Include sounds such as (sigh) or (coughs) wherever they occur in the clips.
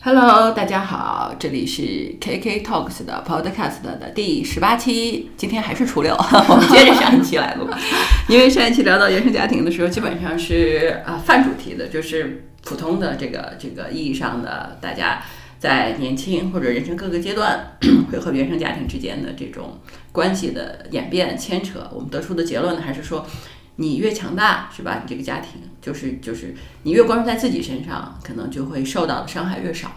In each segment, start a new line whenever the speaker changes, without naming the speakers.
Hello，大家好，这里是 KK Talks 的 Podcast 的第十八期，今天还是初六， (laughs) 我们接着上一期来录，因为上一期聊到原生家庭的时候，基本上是啊泛主题的，就是普通的这个这个意义上的大家在年轻或者人生各个阶段 (coughs) 会和原生家庭之间的这种关系的演变牵扯，我们得出的结论呢，还是说你越强大是吧？你这个家庭就是就是你越关注在自己身上，可能就会受到的伤害越少，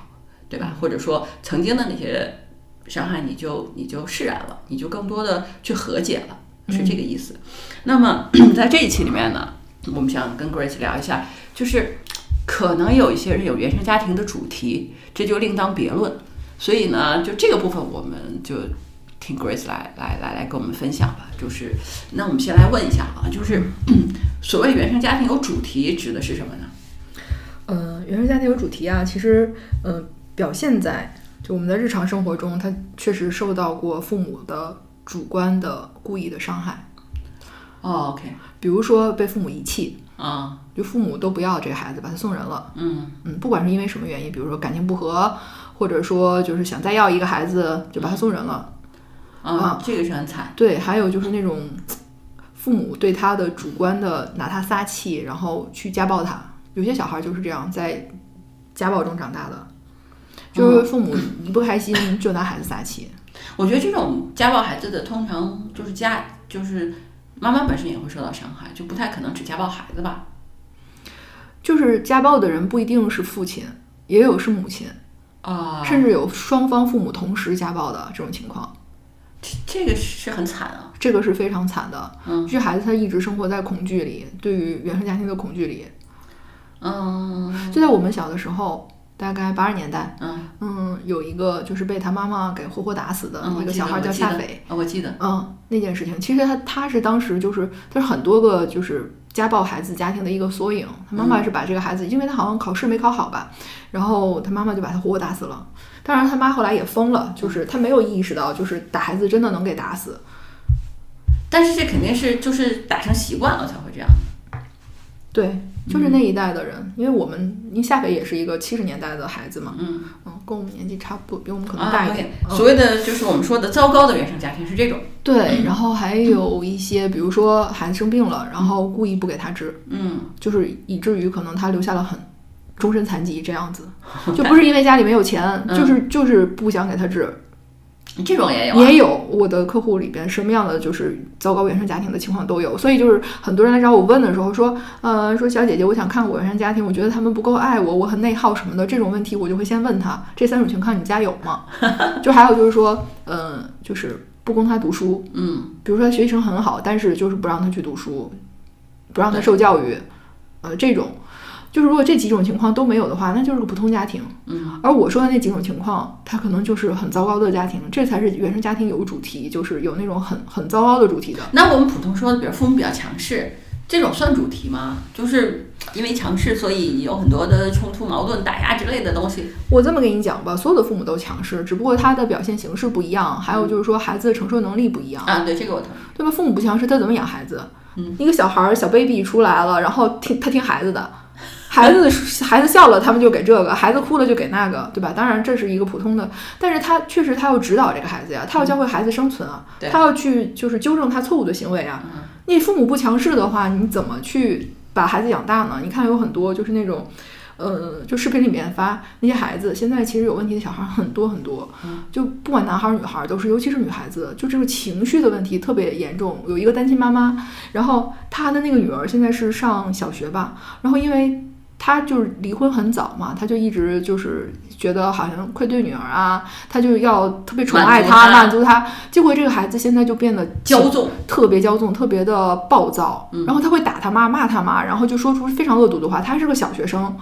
对吧？或者说曾经的那些伤害，你就你就释然了，你就更多的去和解了，是这个意思。那么 (clears throat) 在这一期里面呢，我们想跟 Grace 聊一下，就是可能有一些人有原生家庭的主题，这就另当别论。所以呢，就这个部分，我们就听 Grace 来来来来跟我们分享吧。就是，那我们先来问一下啊，就是 (clears throat) 所谓原生家庭有主题指的是什么呢？
呃，原生家庭有主题啊，其实呃，表现在就我们的日常生活中，它确实受到过父母的主观的故意的伤害，
哦，OK，
比如说被父母遗弃，
啊，
就父母都不要这个孩子，把他送人了，
嗯
嗯，不管是因为什么原因，比如说感情不和，或者说就是想再要一个孩子，就把他送人了，
啊，这个是很惨，
对，还有就是那种父母对他的主观的拿他撒气，然后去家暴他，有些小孩就是这样在家暴中长大的，就是父母一不开心就拿孩子撒气，
我觉得这种家暴孩子的，通常就是家就是妈妈本身也会受到伤害，就不太可能只家暴孩子吧？
就是家暴的人不一定是父亲，也有是母亲，
啊，
甚至有双方父母同时家暴的这种情况，
这这个是很惨啊，
这个是非常惨的。
嗯
这孩子他一直生活在恐惧里，对于原生家庭的恐惧里。
嗯
就在我们小的时候，大概八十年代，
嗯
嗯，有一个就是被他妈妈给活活打死的
嗯，我记
一个
得
小孩叫夏斐，，
我记得啊我记得，
嗯，那件事情，其实他他是当时就是他是很多个就是家暴孩子家庭的一个缩影，他妈
嗯
妈是把这个孩子，因为他好像考试没考好吧，然后他妈妈就把他活活打死了。当然，他妈后来也疯了，
嗯
就是他没有意识到，就是打孩子真的能给打死。
但是这肯定是就是打成习惯了才会这样。
对，就是
嗯
那一代的人，因为我们，因为夏斐也是一个七十年代的孩子嘛，
嗯
嗯，跟我们年纪差不多，比我们可能大
啊
一点
，OK，。
嗯
所谓的就是我们说的糟糕的原生家庭是这种，嗯
对，然后还有一些，比如说孩子生病了，然后故意不给他治，
嗯，
就是以至于可能他留下了很终身残疾这
(laughs)
样子，就不是因为家里没有钱，
嗯
就是就是不想给他治。
这种也有、啊，
也有我的客户里边什么样的就是糟糕原生家庭的情况都有，所以就是很多人来找我问的时候说，呃，说小姐姐，我想看我原生家庭，我觉得他们不够爱我，我很内耗什么的这种问题，我就会先问他这三种情况你家有吗？就还有就是说，嗯、就是不供他读书，
嗯，
比如说他学习成很好，但是就是不让他去读书，不让他受教育，呃，这种，就是如果这几种情况都没有的话，那就是个普通家庭。
嗯，
而我说的那几种情况，他可能就是很糟糕的家庭，这才是原生家庭有主题，就是有那种很很糟糕的主题的。
那我们普通说的，比如父母比较强势，这种算主题吗？就是因为强势，所以有很多的冲突、矛盾、打压之类的东西。
我这么跟你讲吧，所有的父母都强势，只不过他的表现形式不一样，还有就是说孩子的承受能力不一样。
啊，对，这个我同意。
对吧？父母不强势，他怎么养孩子？
嗯
一个小孩儿小 baby 出来了，然后听他听孩子的，孩子孩子笑了，他们就给这个；孩子哭了就给那个，对吧？当然这是一个普通的，但是他确实他要指导这个孩子呀，他要教会孩子生存啊，
嗯对
他要去就是纠正他错误的行为啊。
嗯
你父母不强势的话，你怎么去把孩子养大呢？你看有很多就是那种。呃，就视频里面发那些孩子，现在其实有问题的小孩儿很多很多，
嗯
就不管男孩儿女孩儿都是，尤其是女孩子，就这个情绪的问题特别严重。有一个单亲妈妈，然后她的那个女儿现在是上小学吧，然后因为她就是离婚很早嘛，她就一直就是觉得好像愧对女儿啊，她就要特别宠爱她，
满
满
足
足她。结果这个孩子现在就变得
骄纵，
特别骄纵，特别的暴躁，
嗯
然后他会打他妈，骂他妈，然后就说出非常恶毒的话。他是个小学生，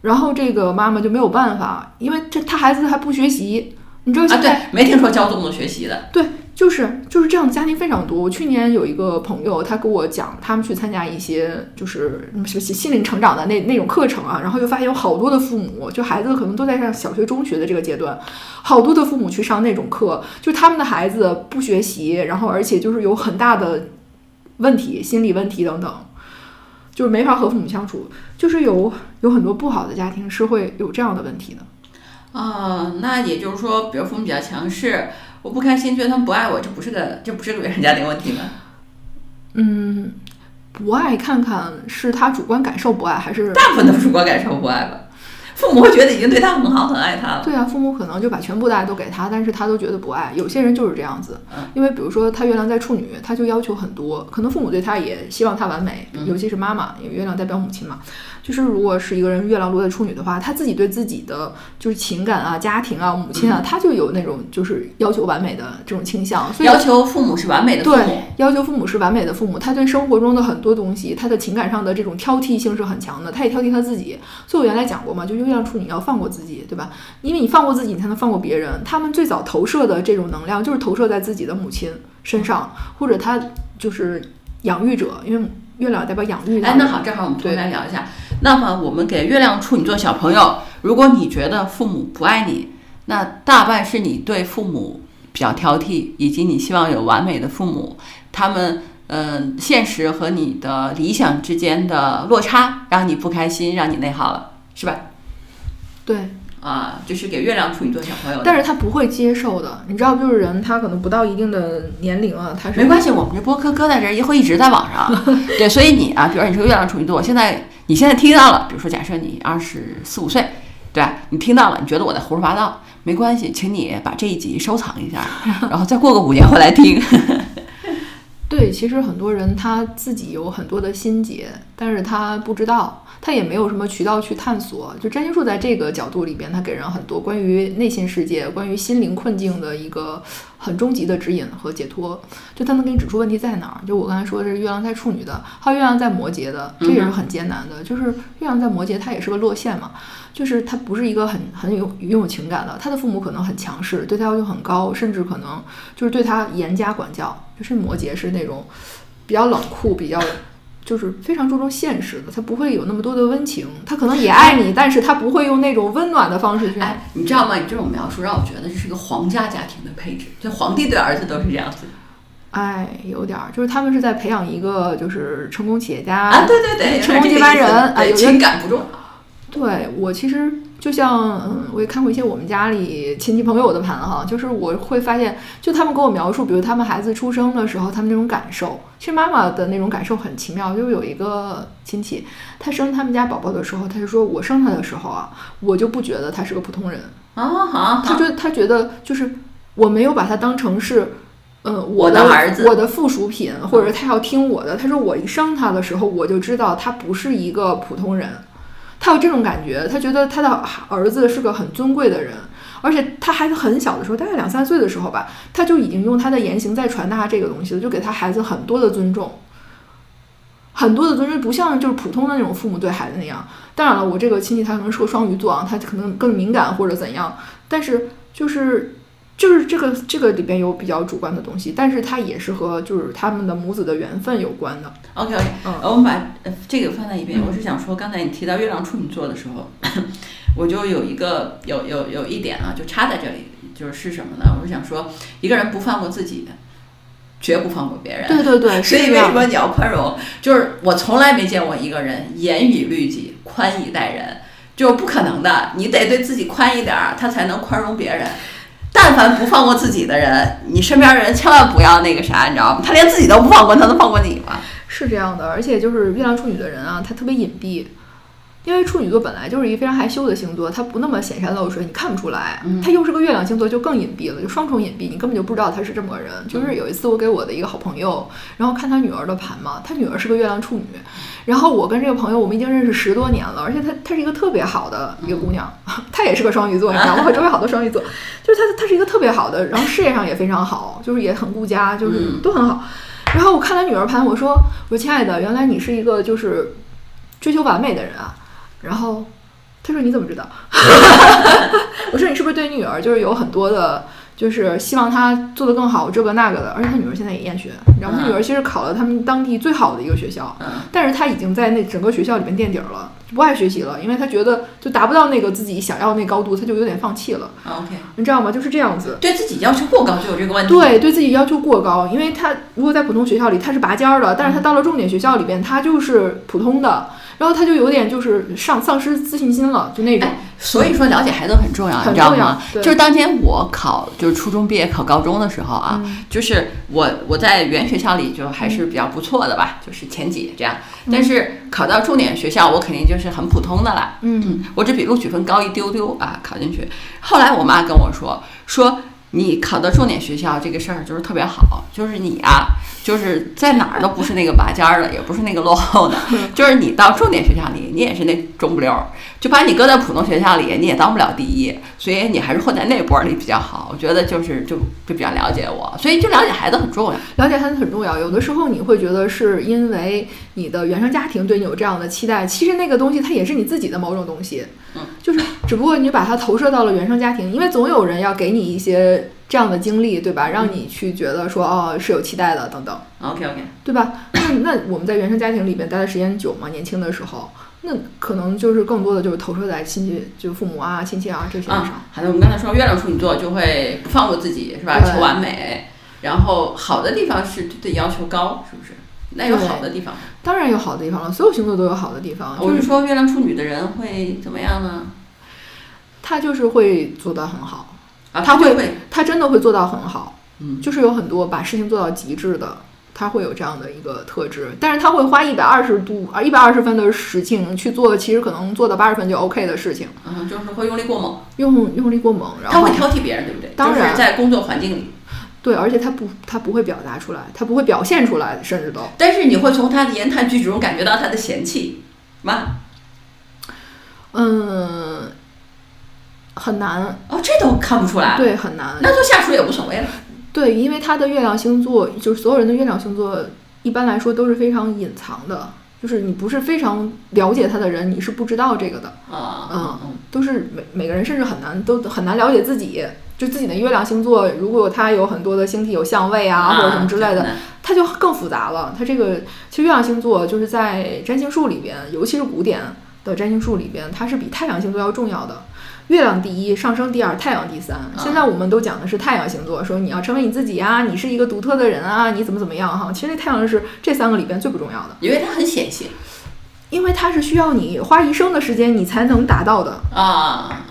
然后这个妈妈就没有办法，因为这他孩子还不学习，你知
(laughs)
道
啊，
现在、
对，没听说骄纵的学习的。
对就是就是这样的家庭非常多。我去年有一个朋友，他跟我讲，他们去参加一些就是什么学习心灵成长的那那种课程啊，然后就发现有好多的父母，就孩子可能都在上小学、中学的这个阶段，好多的父母去上那种课，就他们的孩子不学习，然后而且就是有很大的问题，心理问题等等。就是没法和父母相处，就是有有很多不好的家庭是会有这样的问题的。
啊、那也就是说，比如父母比较强势，我不开心，觉得他们不爱我，这不是个这不是个原生家庭问题吗？
嗯，不爱看看是他主观感受不爱，还是
大部分都是主观感受不爱吧。父母会觉得已经对他很好，很爱他了。
对啊，父母可能就把全部的爱都给他，但是他都觉得不爱。有些人就是这样子
嗯，
因为比如说他月亮在处女，他就要求很多，可能父母对他也希望他完美，
嗯
尤其是妈妈，因为月亮代表母亲嘛。就是如果是一个人月亮落在处女的话，他自己对自己的就是情感啊、家庭啊、母
嗯
亲啊，他就有那种就是要求完美的这种倾向，所以
要求父母是完美的父
对
母，，
要求父母是完美的父母，他对生活中的很多东西，他的情感上的这种挑剔性是很强的，他也挑剔他自己。所以我原来讲过嘛，就月亮处女要放过自己，对吧？因为你放过自己，你才能放过别人。他们最早投射的这种能量，就是投射在自己的母亲身上，或者他就是养育者，因为月亮代表养育。
哎，那好，，正好我们突
对
然聊一下。那么，我们给月亮处女座小朋友，如果你觉得父母不爱你，那大半是你对父母比较挑剔，以及你希望有完美的父母，他们嗯、现实和你的理想之间的落差，让你不开心，让你内耗了，是吧？
对，
啊，这是给月亮处女座小朋友的。
但是他不会接受的，你知道，就是人他可能不到一定的年龄啊，他是
没关系，我们这播客搁在这儿，也会一直在网上。对，所以你啊，比如你是个月亮处女座，现在你现在听到了，比如说假设你二十四五岁，对吧？你听到了，你觉得我在胡说八道，没关系，请你把这一集收藏一下，然后再过个五年回来听。 (laughs)
对，其实很多人他自己有很多的心结，但是他不知道，他也没有什么渠道去探索。就占星术在这个角度里边，它给人很多关于内心世界、关于心灵困境的一个很终极的指引和解脱。就他能给你指出问题在哪儿。就我刚才说的是月亮在处女的，还有月亮在摩羯的，这也是
嗯哼
很艰难的。就是月亮在摩羯，它也是个落线嘛，就是他不是一个很很有拥有情感的，他的父母可能很强势，对他要求很高，甚至可能就是对他严加管教。就是摩羯是那种比较冷酷，比较就是非常注重现实的，他不会有那么多的温情，他可能也爱你，但是他不会用那种温暖的方式去爱。
哎，你知道吗？你这种描述让我觉得这是一个皇家家庭的配置，就皇帝对儿子都是这样子
哎，有点儿，就是他们是在培养一个就是成功企业家
啊。对对对，
成功
原来是这个意
接班
思
人啊
对
有些
情感不重。
对我其实就像，嗯，我也看过一些我们家里亲戚朋友的盘哈，就是我会发现，就他们跟我描述，比如他们孩子出生的时候，他们那种感受，其实妈妈的那种感受很奇妙。就是有一个亲戚，他生他们家宝宝的时候，他就说我生他的时候啊，我就不觉得他是个普通人，
啊好，
他觉他觉得就是我没有把他当成是。呃，
嗯我
的
的儿子嗯
我的附属品，或者他要听我的。他说我一生他的时候，我就知道他不是一个普通人，他有这种感觉，他觉得他的儿子是个很尊贵的人，而且他孩子很小的时候，大概两三岁的时候吧，他就已经用他的言行在传达这个东西了，就给他孩子很多的尊重，很多的尊重，不像就是普通的那种父母对孩子那样。当然了，我这个亲戚他可能是个双鱼座啊，他可能更敏感或者怎样，但是就是。就是这个这个里边有比较主观的东西，但是它也是和就是他们的母子的缘分有关的。
OK OK，、
嗯
我们把呃这个放在一边。我是想说，刚才你提到月亮处女座的时候， (laughs) 我就有一个有有有一点啊，就插在这里，就是是什么呢？我是想说，一个人不放过自己，绝不放过别人。
对对对，
所以
是这
为
样
什么你要宽容？就是我从来没见过一个人严以律己、宽以待人，就是不可能的。你得对自己宽一点儿，他才能宽容别人。但凡不放过自己的人，你身边人千万不要那个啥，你知道吗？他连自己都不放过，他能放过你吗？
是这样的，而且就是月亮处女的人啊，他特别隐蔽，因为处女座本来就是一个非常害羞的星座，他不那么显山露水，你看不出来。
嗯
他又是个月亮星座，就更隐蔽了，就双重隐蔽，你根本就不知道他是这么个人。就是有一次我给我的一个好朋友，然后看他女儿的盘嘛，他女儿是个月亮处女，然后我跟这个朋友我们已经认识十多年了，而且她她是一个特别好的一个姑娘， (laughs) 她也是个双鱼座，你知道吗？我周围好多双鱼座，就是她她是一个特别好的，然后事业上也非常好，就是也很顾家，就是
嗯
都很好。然后我看她女儿盘，我说我说亲爱的，原来你是一个就是追求完美的人啊。然后她说你怎么知道？ (laughs) 我说你是不是对女儿就是有很多的，就是希望她做得更好，这个那个的？而且她女儿现在也厌学，你知道吗？
嗯
她女儿其实考了他们当地最好的一个学校，
嗯，
但是他已经在那整个学校里面垫底儿了，就不爱学习了，因为他觉得就达不到那个自己想要那高度，他就有点放弃了，
啊 OK，
你知道吗？就是这样子。
对自己要求过高就有这个问题。
对，对自己要求过高，因为他如果在普通学校里他是拔尖儿的，但是他到了重点学校里边，他就是普通的，然后他就有点就是上丧失自信心了，就那种。
哎所以说，了解孩子很重要，你
很
知道
重要
吗？
对嗯
就是当年我考，就是初中毕业考高中的时候
嗯
啊，就是我我在原学校里就还是比较不错的吧，就是前几这样。但是考到重点学校，我肯定就是很普通的啦。
嗯
嗯，我只比录取分高一丢丢啊，考进去。后来我妈跟我说，说你考到重点学校这个事儿就是特别好，就是你啊，就是在哪儿都不是那个拔尖儿的，也不是那个落后的，就是你到重点学校里，你也是那中不溜儿，就把你搁在普通学校里，你也当不了第一，所以你还是混在那波儿里比较好。我觉得就是就就比较了解我，所以就了解孩子很重要。
了解孩子很重要。有的时候你会觉得是因为你的原生家庭对你有这样的期待，其实那个东西它也是你自己的某种东西，
嗯，
就是只不过你把它投射到了原生家庭，因为总有人要给你一些这样的经历，对吧？
嗯
让你去觉得说哦是有期待的等等，
OK OK，
对吧？ (clears throat) 那那我们在原生家庭里边待的时间久嘛，年轻的时候。那可能就是更多的就是投射在亲戚，就父母啊、亲戚啊这些上。
啊，好的，我们刚才说月亮处女座就会不放过自己，是吧？
对
求完美，然后好的地方是对自己要求高，是不是？那有好的地方吗，
当然有好的地方了，所有星座都有好的地方。啊
我
就是是
说月亮处女的人会怎么样呢？
他就是会做到很好，
啊，
他
会
会他真的会做到很好。
嗯
就是有很多把事情做到极致的，他会有这样的一个特质，但是他会花一百二十度啊一百二十分的事情去做，其实可能做到八十分就 OK 的事情，
嗯，就是会用力过猛，
用用力过猛，然
他
后
会挑剔别人，对不对？
当然
就是在工作环境里，
对，而且他不他不会表达出来，他不会表现出来，甚至都
但是你会从他的言谈举止中感觉到他的嫌弃吗？
嗯很难，
哦，这都看不出来，
对很难，
那做下属也无所谓了。
对，因为他的月亮星座就是所有人的月亮星座一般来说都是非常隐藏的，就是你不是非常了解他的人，你是不知道这个的。
啊，
嗯
嗯
都是每每个人甚至很难都很难了解自己，就自己的月亮星座，如果它有很多的星体有相位啊或者什么之类
嗯
的，，它就更复杂了。它这个其实月亮星座就是在占星术里边，尤其是古典的占星术里边，它是比太阳星座要重要的。月亮第一，上升第二，太阳第三。现在我们都讲的是太阳星座，说你要成为你自己啊，你是一个独特的人啊，你怎么怎么样哈、其实那太阳是这三个里边最不重要的，
因为他很显性
因为它是需要你花一生的时间你才能达到的。
啊。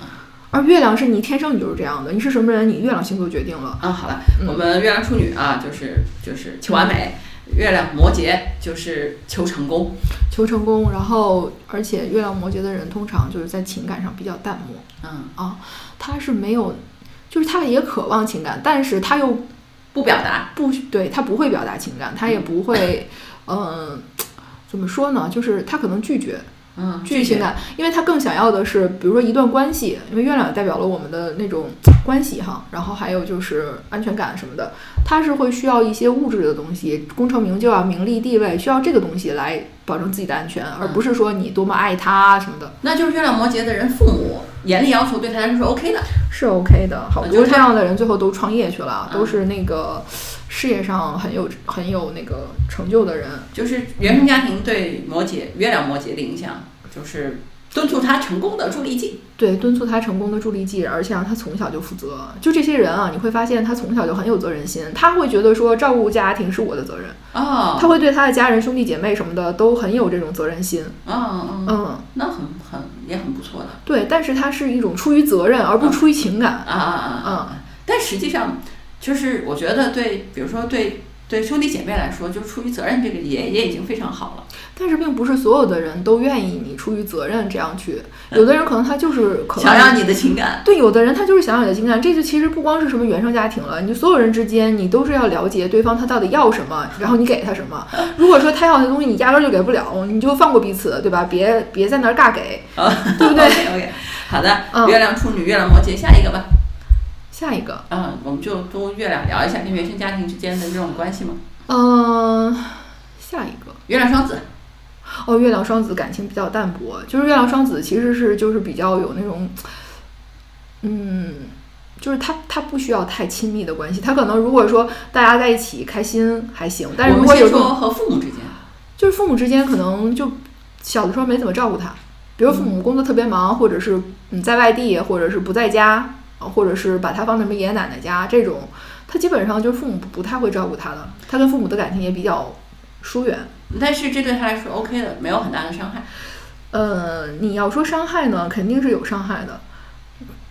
而月亮是你天生你就是这样的，你是什么人，你月亮星座决定了。
啊，好了，
嗯
我们月亮处女啊，就是就是求完美，月亮摩羯就是求成功。
求成功，然后而且月亮摩羯的人通常就是在情感上比较淡漠，
嗯，
啊他是没有，就是他也渴望情感，但是他又
不表达，
不对他不会表达情感，他也不会，嗯、怎么说呢？就是他可能拒绝
嗯，
拒绝情感，因为他更想要的是，比如说一段关系，因为月亮代表了我们的那种关系哈，然后还有就是安全感什么的，他是会需要一些物质的东西，功成名就啊、名利地位，需要这个东西来保证自己的安全，而不是说你多么爱他啊什么的，
那就是月亮摩羯的人，父母严厉要求对他来说是 OK 的。
是 OK 的。好
嗯就
多
是
这样的人最后都创业去了，
嗯
都是那个事业上很有很有那个成就的人，
就是原生家庭对摩羯月亮摩羯的影响，就是敦促他成功的助力剂。
对，敦促他成功的助力剂，而且让他从小就负责。就这些人啊，你会发现他从小就很有责任心，他会觉得说照顾家庭是我的责任，
哦，
他会对他的家人、兄弟姐妹什么的都很有这种责任心。
嗯嗯，
嗯，
那很很也很不错的
对，但是他是一种出于责任，而不出于情感。
啊啊啊啊！
嗯，
但实际上，就是我觉得对，比如说对对兄弟姐妹来说，就出于责任这个也也已经非常好了。
但是并不是所有的人都愿意你出于责任这样去，有的人可能他就是渴
嗯想
望
让你的情感
对，有的人他就是想要你的情感，这就其实不光是什么原生家庭了，你就所有人之间，你都是要了解对方他到底要什么，然后你给他什么。如果说他要的东西你压根儿就给不了，你就放过彼此，对吧？别别在那儿尬给。
啊，
对
(laughs)
不对
？OK OK，好的，
嗯
月亮处女，月亮摩羯，下一个吧。
下一个，
嗯，我们就都月亮聊一下跟原生家庭之间的这种关系嘛。
嗯、下一个
月亮双子，
哦，月亮双子感情比较淡薄，就是月亮双子其实是就是比较有那种，嗯。就是他，他不需要太亲密的关系。他可能如果说大家在一起开心还行，但是
我们
如果
先
有这种
说和父母之间，
就是父母之间可能就小的时候没怎么照顾他，比如父母工作特别忙，或者是嗯在外地，或者是不在家，呃或者是把他放在什么爷爷奶奶家这种，他基本上就是父母不不太会照顾他的，他跟父母的感情也比较疏远。 (laughs)
但是这对他来说 OK 的，没有很大的伤害。
呃，你要说伤害呢，肯定是有伤害的，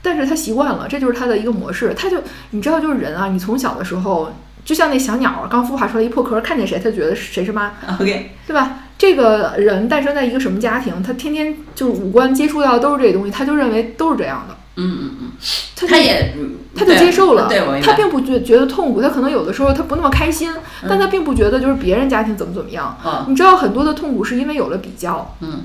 但是他习惯了，这就是他的一个模式。他就你知道，就是人啊，你从小的时候，就像那小鸟儿刚孵化出来一破壳，看见谁，他觉得谁是妈，
OK，
对吧？这个人诞生在一个什么家庭，他天天就是五官接触到的都是这些东西，他就认为都是这样的，
嗯嗯嗯，
他就
他也嗯
他就接受了，
对我明
他
白，
并不觉觉得痛苦，他可能有的时候他不那么开心，但他并不觉得就是别人家庭怎么怎么样。
嗯
你知道很多的痛苦是因为有了比较，
嗯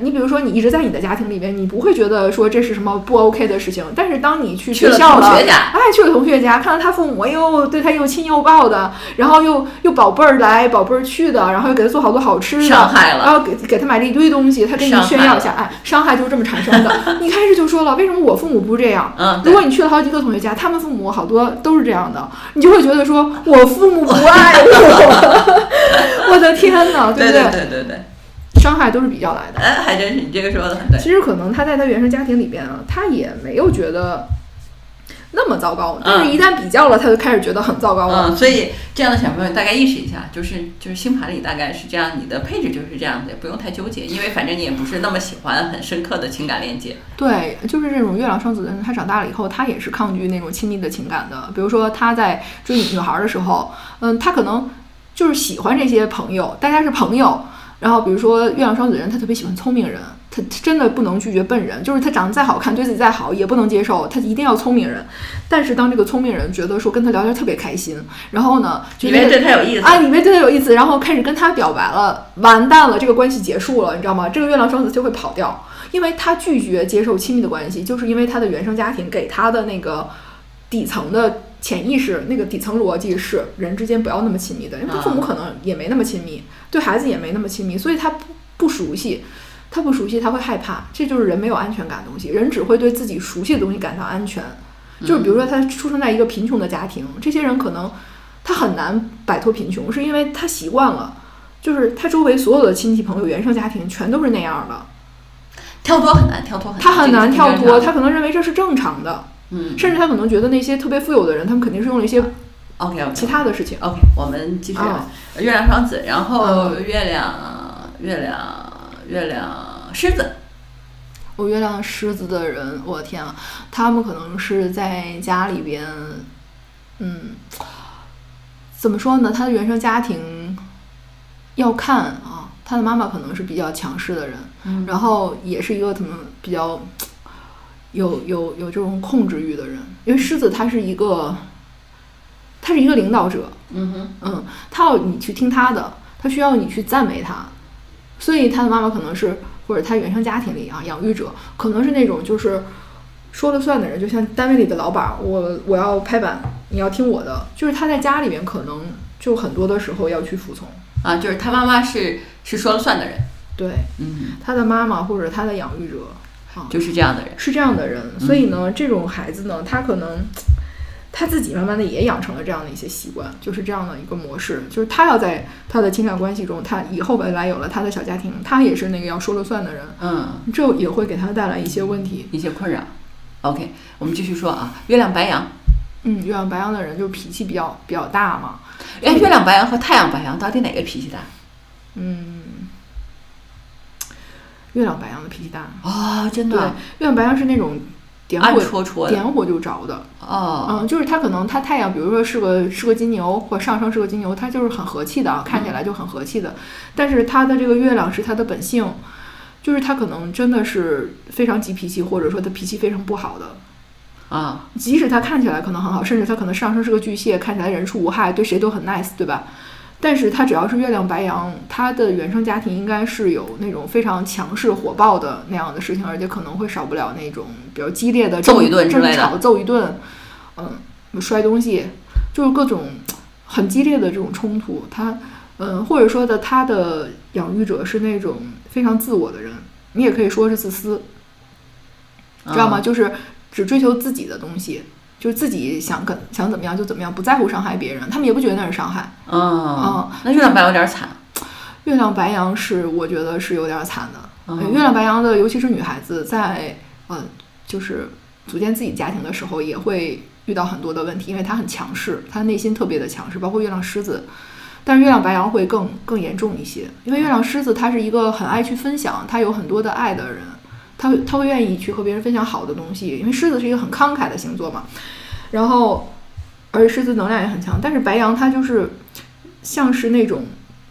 你比如说你一直在你的家庭里面，你不会觉得说这是什么不 OK 的事情，但是当你去
去
学
了同
校了
学家，
哎，去了同学家，看到他父母，哎呦，对他又亲又抱的，然后又又宝贝儿来宝贝儿去的，然后又给他做好多好吃
伤
的，
害了
然，后给给他买了一堆东西，他跟你
伤害
炫耀一下，哎，伤害就是这么产生的。你开始就说了，为什么我父母不是这样？
嗯，
如
对
果你去了好几个同学家，他们父母好多都是这样的，你就会觉得说，我父
(laughs)
母不爱我，我 (laughs) 的天哪，对
对
不
对对对对，
伤害都是比较来的。
哎，还真是你这个说的很对，
其实可能他在他原生家庭里边啊，他也没有觉得那么糟糕，但是一旦比较了，他就开始觉得很糟糕了。
嗯，所以这样的小朋友大概意识一下，就是就是星盘里大概是这样，你的配置就是这样的，也不用太纠结，因为反正你也不是那么喜欢很深刻的情感连接，
对，就是这种月亮双子的人，他长大了以后，他也是抗拒那种亲密的情感的。比如说他在追女孩的时候，嗯，他可能就是喜欢这些朋友，大家是朋友。然后比如说月亮双子人，他特别喜欢聪明人，他他真的不能拒绝笨人，就是他长得再好看，对自己再好也不能接受，他一定要聪明人。但是当这个聪明人觉得说跟他聊天特别开心，然后呢，就
因
那
为
个
对他有意思，
啊，你们对他有意思，然后开始跟他表白了，完蛋了，这个关系结束了，你知道吗？这个月亮双子就会跑掉，因为他拒绝接受亲密的关系，就是因为他的原生家庭给他的那个底层的潜意识，那个底层逻辑是人之间不要那么亲密的，因为他父母可能也没那么亲密，对孩子也没那么亲密，所以他不不熟悉。他不熟悉，他会害怕，这就是人没有安全感的东西。人只会对自己熟悉的东西感到安全，就是比如说他出生在一个贫穷的家庭，这些人可能他很难摆脱贫穷，是因为他习惯了，就是他周围所有的亲戚朋友、原生家庭全都是那样的，
跳脱很难，跳脱很难，
他很难跳脱，
这个是很正常的
他可能认为这是正常的，
嗯
甚至他可能觉得那些特别富有的人，他们肯定是用了一些
，OK OK，
其他的事情。
OK，我们继续、
啊
月亮双子，然后
嗯
月亮、月亮月亮狮子，
我月亮狮子的人，我天啊，他们可能是在家里边，嗯，怎么说呢？他的原生家庭要看啊，他的妈妈可能是比较强势的人，
嗯
然后也是一个可能比较有有有这种控制欲的人，因为狮子他是一个，他是一个领导者，
嗯哼，
嗯，他要你去听他的，他需要你去赞美他，所以他的妈妈可能是，或者他原生家庭里啊，养育者可能是那种就是说了算的人，就像单位里的老板，我我要拍板，你要听我的，就是他在家里面可能就很多的时候要去服从，
啊，就是他妈妈是是说了算的人，
对
嗯，
他的妈妈或者他的养育者啊
就是这样的人，
是这样的
嗯
人，所以呢，这种孩子呢，他可能。他自己慢慢的也养成了这样的一些习惯，就是这样的一个模式，就是他要在他的情感关系中，他以后未来有了他的小家庭，他也是那个要说了算的人，
嗯，
这也会给他带来一些问题。
一些困扰。OK，我们继续说啊，月亮白羊，
嗯，月亮白羊的人就是脾气比较比较大嘛，
哎，月亮白羊和太阳白羊到底哪个脾气大？
嗯，月亮白羊的脾气大，
哦，真
对，
的
月
啊
亮白羊是那种点
暗
火
戳戳的
点火就着的，
哦，
嗯，就是他可能他太阳，比如说是个是个金牛，或上升是个金牛，他就是很和气的啊，看起来就很和气的。但是他的这个月亮是他的本性，就是他可能真的是非常急脾气，或者说他脾气非常不好的。嗯
啊，
即使他看起来可能很好，甚至他可能上升是个巨蟹，看起来人畜无害，对谁都很 nice，对吧？但是他只要是月亮白羊，他的原生家庭应该是有那种非常强势、火爆的那样的事情，而且可能会少不了那种比较激烈的
揍
争
一顿之
争
类的
吵、揍一顿，嗯，摔东西，就是各种嗯很激烈的这种冲突。他，嗯，或者说的他的养育者是那种非常自我的人，你也可以说是自私，知道吗？
嗯？
就是只追求自己的东西，就是自己想跟想怎么样就怎么样，不在乎伤害别人，他们也不觉得那是伤害。
嗯
嗯，
那月亮白羊有点惨，
月亮白羊是我觉得是有点惨的，
嗯
呃月亮白羊的，尤其是女孩子在呃，就是组建自己家庭的时候，也会遇到很多的问题，因为她很强势，她内心特别的强势，包括月亮狮子。但是月亮白羊会更更严重一些，因为月亮狮子他是一个很爱去分享，他有很多的爱的人，他会他会愿意去和别人分享好的东西，因为狮子是一个很慷慨的星座嘛。然后，而且狮子能量也很强，但是白羊它就是像是那种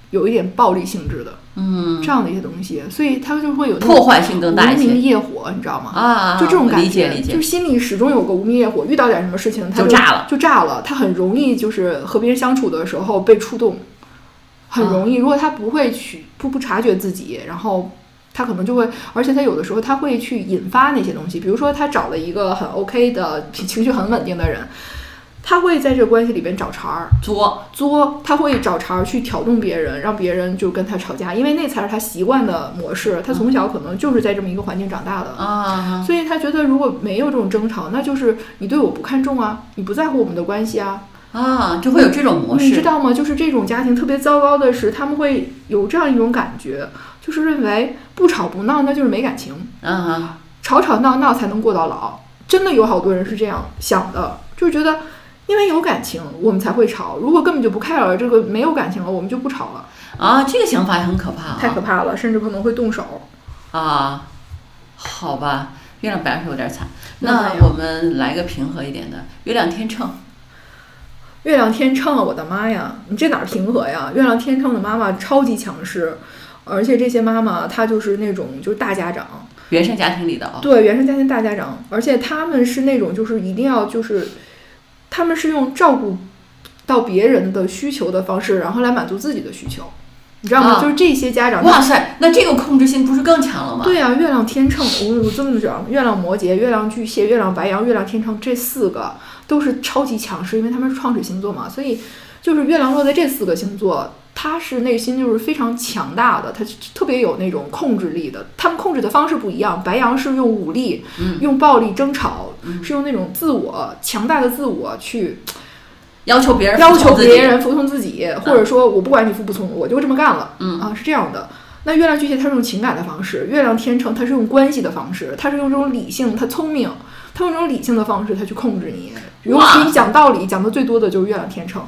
有一点暴力性质的
嗯，
这样的一些东西，所以它就会有那种
破坏性更大
无
一些
名业火，你知道吗？
啊，
就这种感觉，
理解理解
就，是心里始终有个无名业火，遇到点什么事情，他
就炸了，
就炸了。他很容易就是和别人相处的时候被触动，很容
啊
易。如果他不会去不不察觉自己，然后他可能就会，而且他有的时候他会去引发那些东西，比如说他找了一个很 OK 的情情绪很稳定的人，他会在这个关系里边找茬儿，
作
作，他会找茬儿去挑动别人，让别人就跟他吵架，因为那才是他习惯的模式。他从小可能就是在这么一个环境长大的，
啊，
所以他觉得如果没有这种争吵，那就是你对我不看重啊，你不在乎我们的关系啊。
啊，就会有这种模
嗯你知
式，
道吗？就是这种家庭特别糟糕的是，他们会有这样一种感觉，就是认为不吵不闹那就是没感情，
啊，
吵吵闹闹才能过到老。真的有好多人是这样想的，就是觉得因为有感情我们才会吵，如果根本就不 care 这个没有感情了，我们就不吵了，
啊，这个想法很可怕啊，
太可怕了，甚至可能会动手。
啊，好吧，月亮白羊是有点惨。
那
那
没有
我们来个平和一点的，月亮天秤
月亮天秤，啊我的妈呀，你这哪儿平和呀？月亮天秤的妈妈超级强势，而且这些妈妈她就是那种就是大家长，
原生家庭里的啊、
对原生家庭大家长，而且他们是那种就是一定要就是，他们是用照顾到别人的需求的方式，然后来满足自己的需求，你知道吗？
啊
就是这些家长，
哇塞，那这个控制性不是更强了吗？
对呀、啊月亮天秤，我我这么讲，月亮摩羯、月亮巨蟹、月亮白羊、月亮天秤这四个都是超级强势，因为他们是创始星座嘛，所以就是月亮落在这四个星座，他是内心就是非常强大的，他特别有那种控制力的。他们控制的方式不一样，白羊是用武力、
嗯
用暴力争吵，
嗯
是用那种自我强大的自我去
要求别人，
要求别，人服从自己，或者说我不管你服不从，我就这么干了。
嗯
啊，是这样的。那月亮巨蟹它是用情感的方式，月亮天秤它是用关系的方式，它是用这种理性，它聪明，它用这种理性的方式，它去控制你。尤
哇
其你讲道理讲的最多的就是月亮天秤，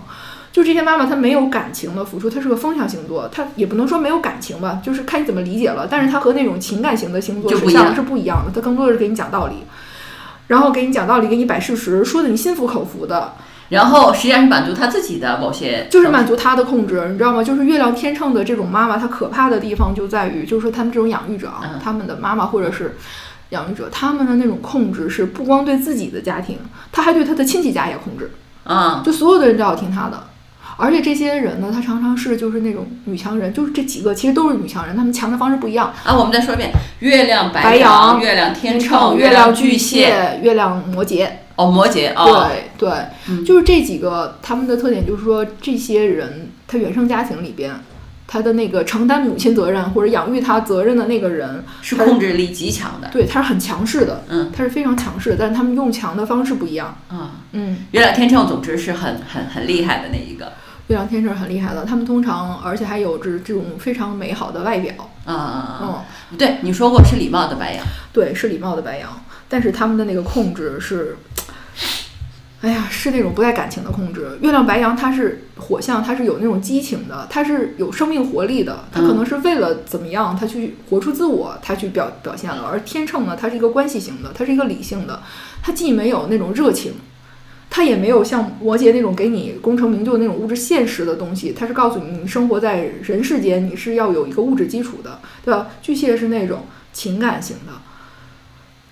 就这些妈妈她没有感情的付出，她是个风象星座，她也不能说没有感情吧，就是看你怎么理解了。但是她和那种情感型的星座
就不
是
一
像
样
是不一样的，她更多的是给你讲道理，然后给你讲道理，给你摆事实，说的你心服口服的。
然后实际上是满足他自己的某些，
就是满足他的控制，你知道吗？就是月亮天秤的这种妈妈，她可怕的地方就在于，就是说他们这种养育者啊
嗯，
他们的妈妈或者是养育者，他们的那种控制是不光对自己的家庭，他还对他的亲戚家也控制，
啊
就所有的人都要听他的。而且这些人呢，他常常是就是那种女强人，就是这几个其实都是女强人，他们强的方式不一样。
啊！我们再说一遍，月亮白
白羊
月亮天
秤、
秤、
月亮
亮
巨
巨蟹，
蟹、月亮摩羯，
哦，摩羯哦，
对对，
嗯
就是这几个他们的特点，就是说这些人他原生家庭里边，他的那个承担母亲责任或者养育他责任的那个人，
是控制力极强的
对他是很强势的，
嗯，
他是非常强势的，但是他们用强的方式不一样，
啊。
嗯，
月亮天秤，总之是很很很厉害的那一个
月亮天秤很厉害的，他们通常而且还有这这种非常美好的外表，
啊啊啊！
嗯，
对，你说过是礼貌的白羊，
对，是礼貌的白羊，但是他们的那个控制是。哎呀，是那种不带感情的控制。月亮白羊它是火象，它是有那种激情的，它是有生命活力的。它可能是为了怎么样，它去活出自我，它去表表现了。而天秤呢，它是一个关系型的，它是一个理性的，它既没有那种热情，它也没有像摩羯那种给你功成名就那种物质现实的东西，它是告诉你，你生活在人世间，你是要有一个物质基础的，对吧？巨蟹是那种情感型的，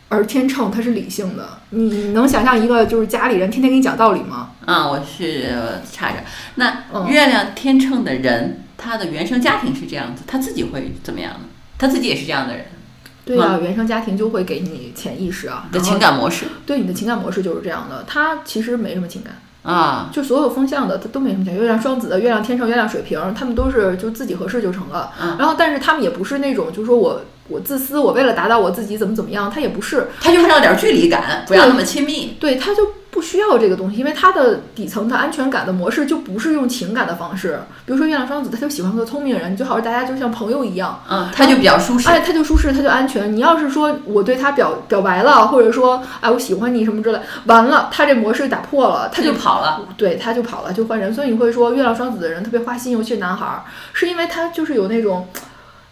而天秤它是理性的。你能想象一个就是家里人天天给你讲道理吗？
啊，我是呃差着。那
嗯
月亮天秤的人，他的原生家庭是这样子，他自己会怎么样呢？他自己也是这样的人
对啊，原生家庭就会给你潜意识啊，
嗯的
然后
情感模式
对你的情感模式就是这样的。他其实没什么情感，
啊，
就所有风象的他都没什么情感。月亮双子的、月亮天秤、月亮水瓶，他们都是就自己合适就成了。
嗯
然后，但是他们也不是那种就是说我我自私，我为了达到我自己怎么怎么样，他也不是。
他就是要点距离感，不要那么亲密
对，他就不需要这个东西，因为他的底层的安全感的模式就不是用情感的方式。比如说月亮双子，他就喜欢个聪明人，你最好是大家就像朋友一样，
嗯，他就比较 (laughs) 舒适。
啊哎，他就舒适，他就安全。你要是说我对他表表白了，或者说哎我喜欢你什么之类，完了他这模式打破了，他
他就跑了，
对，他就跑了，就换人。所以你会说月亮双子的人特别花心，尤其是男孩儿，是因为他就是有那种，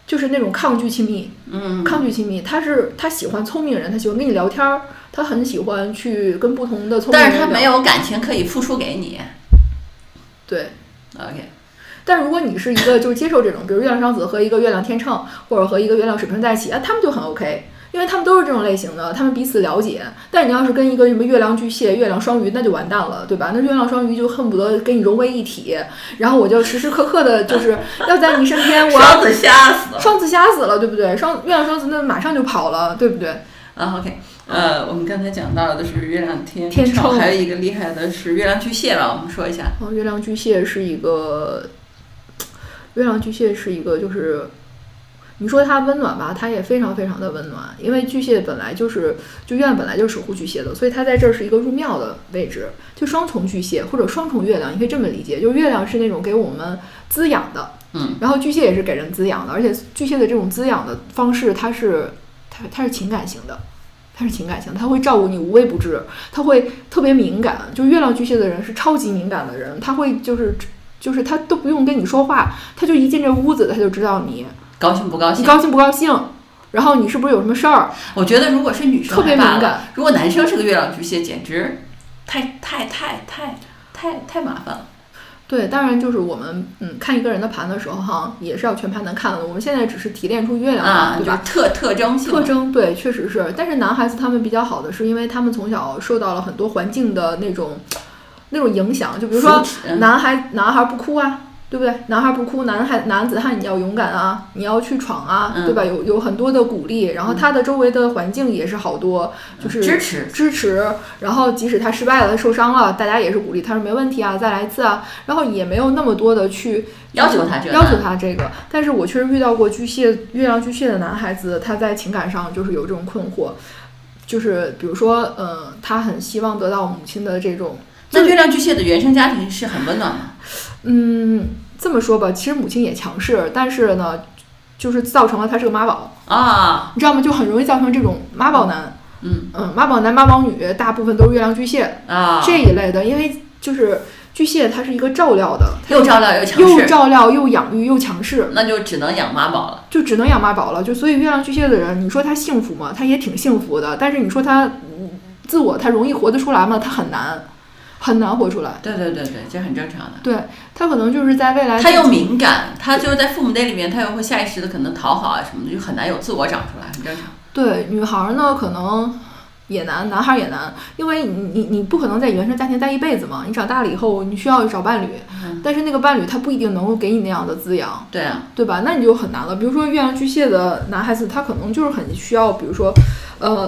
就是那种抗拒亲密，
嗯，
抗拒亲密。他是他喜欢聪明人，他喜欢跟你聊天儿，他很喜欢去跟不同的聪明人
但
聊。
是他没有感情可以付出给你。
对。
OK，
但如果你是一个就是接受这种，比如月亮双子和一个月亮天秤，或者和一个月亮水瓶在一起，啊，他们就很 OK，因为他们都是这种类型的，他们彼此了解。但你要是跟一个什么月亮巨蟹、月亮双鱼，那就完蛋了，对吧？那月亮双鱼就恨不得跟你融为一体，然后我就时时刻刻的就是要在你身边，
(laughs)
我要
双子吓死了。
(laughs) 双子吓死了，对不对？双月亮双子那马上就跑了，对不对？
啊，OK，呃，我们刚才讲到的是月亮天
天
秤，
秤
还有一个厉害的是月亮巨蟹吧，我们说一下。
然后月亮巨蟹是一个，月亮巨蟹是一个，就是你说它温暖吧，它也非常非常的温暖，因为巨蟹本来就是就月亮本来就是守护巨蟹的，所以它在这儿是一个入庙的位置，就双重巨蟹或者双重月亮，你可以这么理解，就是月亮是那种给我们滋养的，
嗯，
然后巨蟹也是给人滋养的，而且巨蟹的这种滋养的方式，它是它它是情感型的，它是情感型的，它会照顾你无微不至，它会特别敏感。就月亮巨蟹的人是超级敏感的人，他会就是就是他都不用跟你说话，他就一进这屋子他就知道你
高兴不高
你
兴？
高兴不高兴，然后你是不是有什么事儿，
我觉得如果是女生
特别
还罢
敏
了，
感。
如果男生是个月亮巨蟹，简直太太太太太太麻烦了。
对，当然就是我们嗯看一个人的盘的时候哈，也是要全盘能看的。我们现在只是提炼出月亮
啊，
对
就
吧
是？特特征性
特征对，确实是。但是男孩子他们比较好的是，因为他们从小受到了很多环境的那种那种影响，就比如说
扶持嗯
男孩男孩不哭啊，对不对？男孩不哭，男孩男子汉你要勇敢啊，你要去闯啊，
嗯
对吧？有有很多的鼓励，然后他的周围的环境也是好多，就是
支持，
支持，然后即使他失败了、受伤了，大家也是鼓励他说没问题啊，再来一次啊，然后也没有那么多的去
要求他这个
要求他这个。但是我确实遇到过巨蟹、月亮巨蟹的男孩子，他在情感上就是有这种困惑，就是比如说，嗯、他很希望得到母亲的这种，
那月亮巨蟹的原生家庭是很温暖的，
嗯，这么说吧，其实母亲也强势，但是呢，就是造成了他是个妈宝，
啊，
你知道吗？就很容易造成这种妈宝男，
嗯
嗯，妈宝男、妈宝女，大部分都是月亮巨蟹。
啊，
这一类的，因为就是巨蟹，它是一个照料的，
又照料又强
又
势，
照料又养育又强势，
那就只能养妈宝了。
就只能养妈宝了。就所以月亮巨蟹的人，你说他幸福吗？他也挺幸福的，但是你说他嗯自我，他容易活得出来吗？他很难，很难活出来。
对对对对，这很正常的。
他可能呃就是在未来，
他又敏感，他就是在父母那里面，他又会下意识的可能讨好啊什么的，就很难有自我长出来，很正常。
对女孩呢，可能。也难，男孩也难，因为你你你不可能在原生家庭待一辈子嘛。你长大了以后，你需要找伴侣，
嗯
但是那个伴侣他不一定能够给你那样的滋养。
对啊，
对吧？那你就很难了。比如说月亮巨蟹的男孩子，他可能就是很需要，比如说，呃，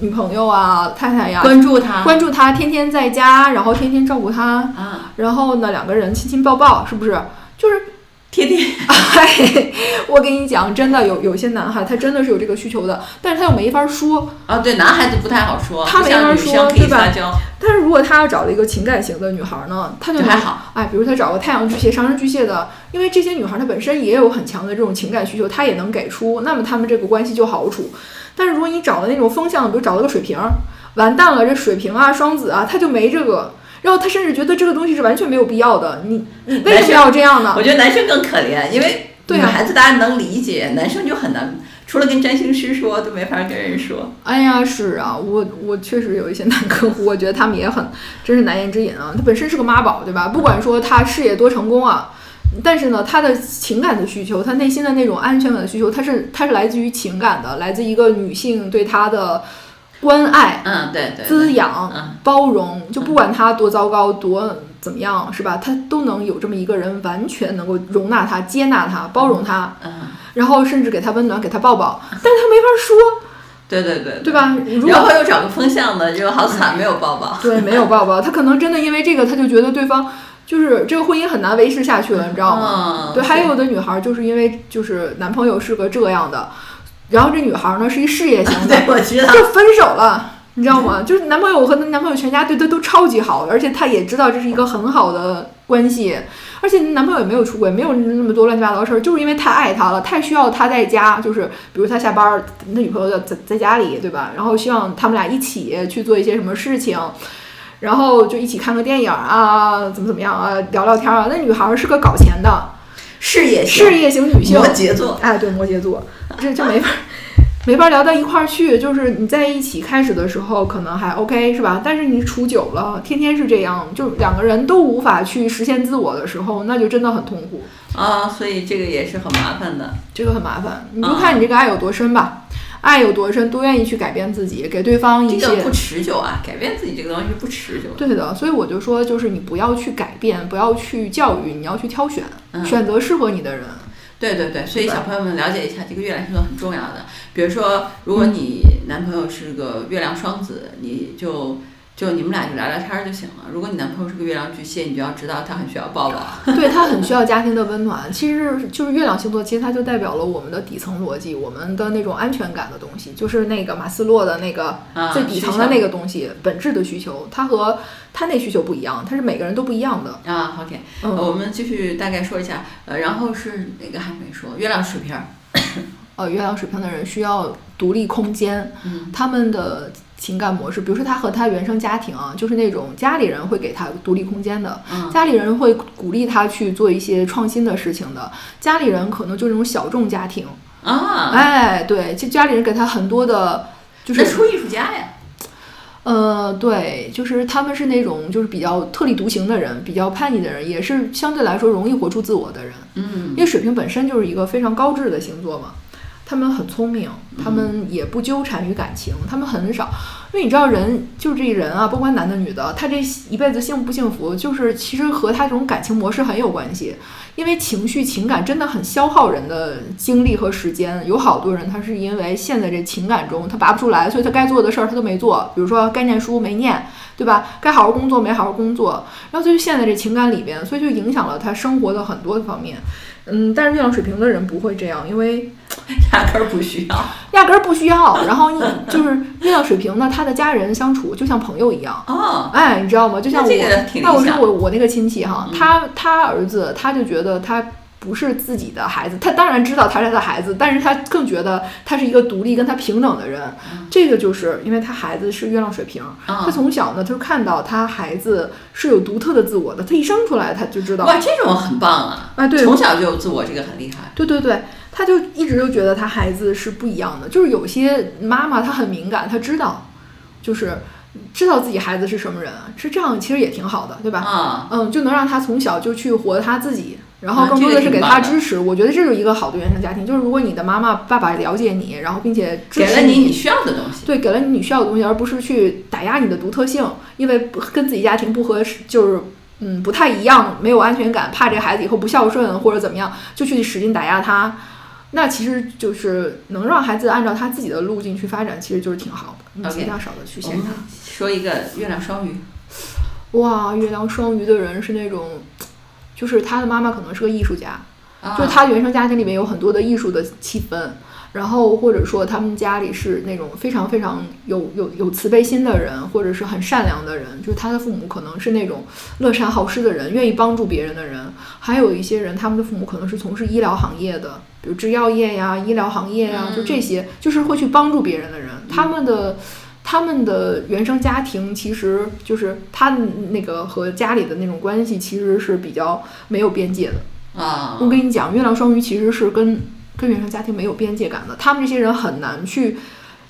女朋友啊、太太呀、
关注他
关注他，天天在家，然后天天照顾他，
啊，
然后呢，两个人亲亲抱抱，是不是？就是， (laughs)
天天
哎，我跟你讲，真的有有些男孩他真的是有这个需求的，但是他又没法说。
啊，对，男孩子不太好说，
他
不
没
像
法
女
说
生可以
对吧
撒娇，
但是如果他要找了一个情感型的女孩呢，他就
就
能
还好。
哎，比如他找个太阳巨蟹、上升巨蟹的，因为这些女孩她本身也有很强的这种情感需求，她也能给出，那么她们这个关系就好处。但是如果你找了那种风向，比如找了个水瓶儿，完蛋了，这水瓶啊、双子啊，他就没这个，然后他甚至觉得这个东西是完全没有必要的，你你为
嗯男
什么
生
要这样呢
我？觉得男生更可怜，因为
对
女
啊
孩子大家能理解，男生就很难，除了跟占星师说，都没法跟人说。
哎呀，是啊，我我确实有一些男客户，我觉得他们也很，真是难言之隐啊。他本身是个妈宝，对吧？不管说他事业多成功啊，但是呢，他的情感的需求，他内心的那种安全感的需求，他是他是来自于情感的，来自一个女性对他的关爱、
嗯，对对
滋
对，
养、
嗯，
包容，就不管他多糟糕、多怎么样，是吧？他都能有这么一个人，完全能够容纳他、接纳他、包容他，
嗯，
然后甚至给他温暖、给他抱抱，但是他没法说，
对对对
对？吧？如果
然后又找个风向的，就好惨，没有抱抱。
对，没有抱抱，他可能真的因为这个，他就觉得对方就是这个婚姻很难维持下去了，你知道吗？
嗯，
对，还有的女孩儿就是因为就是
(laughs)
男朋友是个这样的，然后这女孩儿呢是一事业型的，
对，我知道。
就分手了。你知道吗？就是男朋友，我和男朋友全家对他都超级好，而且他也知道这是一个很好的关系，而且男朋友也没有出轨，没有那么多乱七八糟的事儿，就是因为太爱他了，太需要他在家，就是比如他下班儿，他女朋友在在在家里，对吧？然后希望他们俩一起去做一些什么事情。然后就一起看个电影啊，怎么怎么样啊，聊聊天啊。那女孩儿是个搞钱的，
事业型
事业型女性
摩，羯座，
哎，对，摩羯座，这这没法没法聊到一块儿去。就是你在一起开始的时候可能还 OK 是吧？但是你处久了，天天是这样，就两个人都无法去实现自我的时候，那就真的很痛苦，
啊，所以这个也是很麻烦的。
这个很麻烦。你就
啊
看你这个爱有多深吧，爱有多深，多愿意去改变自己，给对方一
这
些。
个不持久啊，改变自己这个东西是不持久的。
对的，所以我就说，就是你不要去改变，不要去教育，你要去挑选，
嗯
选择适合你的人。
对对对，所以
对吧
小朋友们了解一下这个月亮星座很重要的。比如说，如果你男朋友是个月亮双子，你就就你们俩就聊聊天儿就行了。如果你男朋友是个月亮巨蟹，你就要知道他很需要抱抱。 (laughs)
对他很需要家庭的温暖。其实就是月亮星座，其实它就代表了我们的底层逻辑，我们的那种安全感的东西，就是那个马斯洛的那个
啊，
最底层的那个东西，本质的需求。它和他那需求不一样，它是每个人都不一样的。
啊，OK，、呃
嗯，
我们继续大概说一下，呃，然后是哪个还没说？月亮水瓶儿，
呃，月亮水瓶的人需要独立空间，
嗯
他们的情感模式，比如说他和他原生家庭啊，就是那种家里人会给他独立空间的，
嗯
家里人会鼓励他去做一些创新的事情的，家里人可能就那种小众家庭，
啊，
哎，对，就家里人给他很多的，就
那
是
出艺术家呀，
呃，对，就是他们是那种就是比较特立独行的人，比较叛逆的人，也是相对来说容易活出自我的人，
嗯
因为水瓶本身就是一个非常高智的星座嘛。他们很聪明，他们也不纠缠于感情，他们很少，因为你知道人就是这人啊，不管男的女的，他这一辈子幸不幸福，就是其实和他这种感情模式很有关系，因为情绪情感真的很消耗人的精力和时间。有好多人他是因为陷在这情感中，他拔不出来，所以他该做的事儿他都没做，比如说该念书没念，对吧？该好好工作没好好工作，然后他就陷在这情感里边，所以就影响了他生活的很多方面。嗯，但是月亮水瓶的人不会这样，因为
压根儿不需要。
压根儿不需要。然后你就是月亮水瓶呢，他的家人相处就像朋友一样，
哦，
哎，你知道吗？就像
那
我，
这个挺
那
理
我说
想。
我我那个亲戚哈，
嗯
他他儿子他就觉得他。不是自己的孩子，他当然知道他是他的孩子，但是他更觉得他是一个独立、跟他平等的人。
嗯
这个就是因为他孩子是月亮水瓶，他
嗯
从小呢，他就看到他孩子是有独特的自我的，他一生出来他就知道，
哇，这种很棒啊！
啊，对，
从小就有自我，这个很厉害。
对对对，他就一直就觉得他孩子是不一样的，就是有些妈妈她很敏感，她知道，就是知道自己孩子是什么人，是这样，其实也挺好的，对吧？
啊，
嗯，就能让他从小就去活他自己，然后
啊
更
这
多
个
的是
挺
给
棒
他
的
支持。我觉得这就是一个好的原生家庭，就是如果你的妈妈、爸爸了解你，然后并且支
给了
持
你你需要的东西。
对，给了你需要的东西，而不是去打压你的独特性，因为不跟自己家庭不合适，就是嗯不太一样，没有安全感，怕这孩子以后不孝顺或者怎么样，就去使劲打压他。那其实就是能让孩子按照他自己的路径去发展，其实就是挺好的。你
OK 哦
尽量少的去
我
限
们
他。
说一个月亮双鱼，
哇，月亮双鱼的人是那种，就是他的妈妈可能是个艺术家，
啊
就他原生家庭里面有很多的艺术的气氛，然后或者说他们家里是那种非常非常有有有慈悲心的人，或者是很善良的人，就是他的父母可能是那种乐善好施的人，愿意帮助别人的人，还有一些人他们的父母可能是从事医疗行业的，比如制药业呀、医疗行业呀，就这些，就是会去帮助别人的人，他们的。他们的原生家庭其实就是他那个和家里的那种关系，其实是比较没有边界的。
啊，
我跟你讲，月亮双鱼其实是跟跟原生家庭没有边界感的，他们这些人很难去，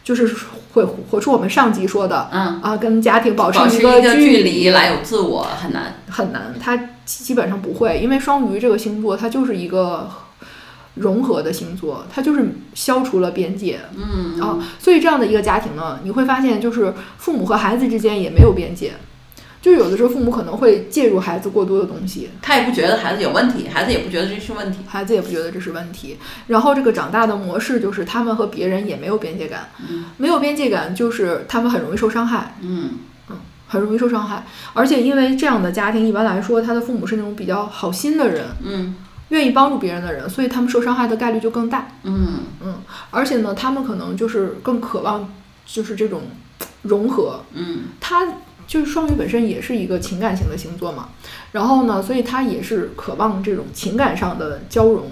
就是活活出我们上集说的
嗯，
啊，跟家庭保持
保持
一
一
个
个
距
距离来有自我很难。
很难，他基基本上不会，因为双鱼这个星座它就是一个融合的星座，它就是消除了边界，
嗯
啊，所以这样的一个家庭呢，你会发现就是父母和孩子之间也没有边界。就有的时候，父母可能会介入孩子过多的东西，
他也不觉得孩子有问题，孩子也不觉得这是问题。
孩子也不觉得这是问题。然后这个长大的模式就是他们和别人也没有边界感，
嗯
没有边界感就是他们很容易受伤害，
嗯
很容易受伤害。而且因为这样的家庭一般来说，他的父母是那种比较好心的人，
嗯
愿意帮助别人的人，所以他们受伤害的概率就更大。
嗯
而且呢，他们可能就是更渴望就是这种融合。
嗯
他就是双鱼本身也是一个情感型的星座嘛，然后呢，所以他也是渴望这种情感上的交融，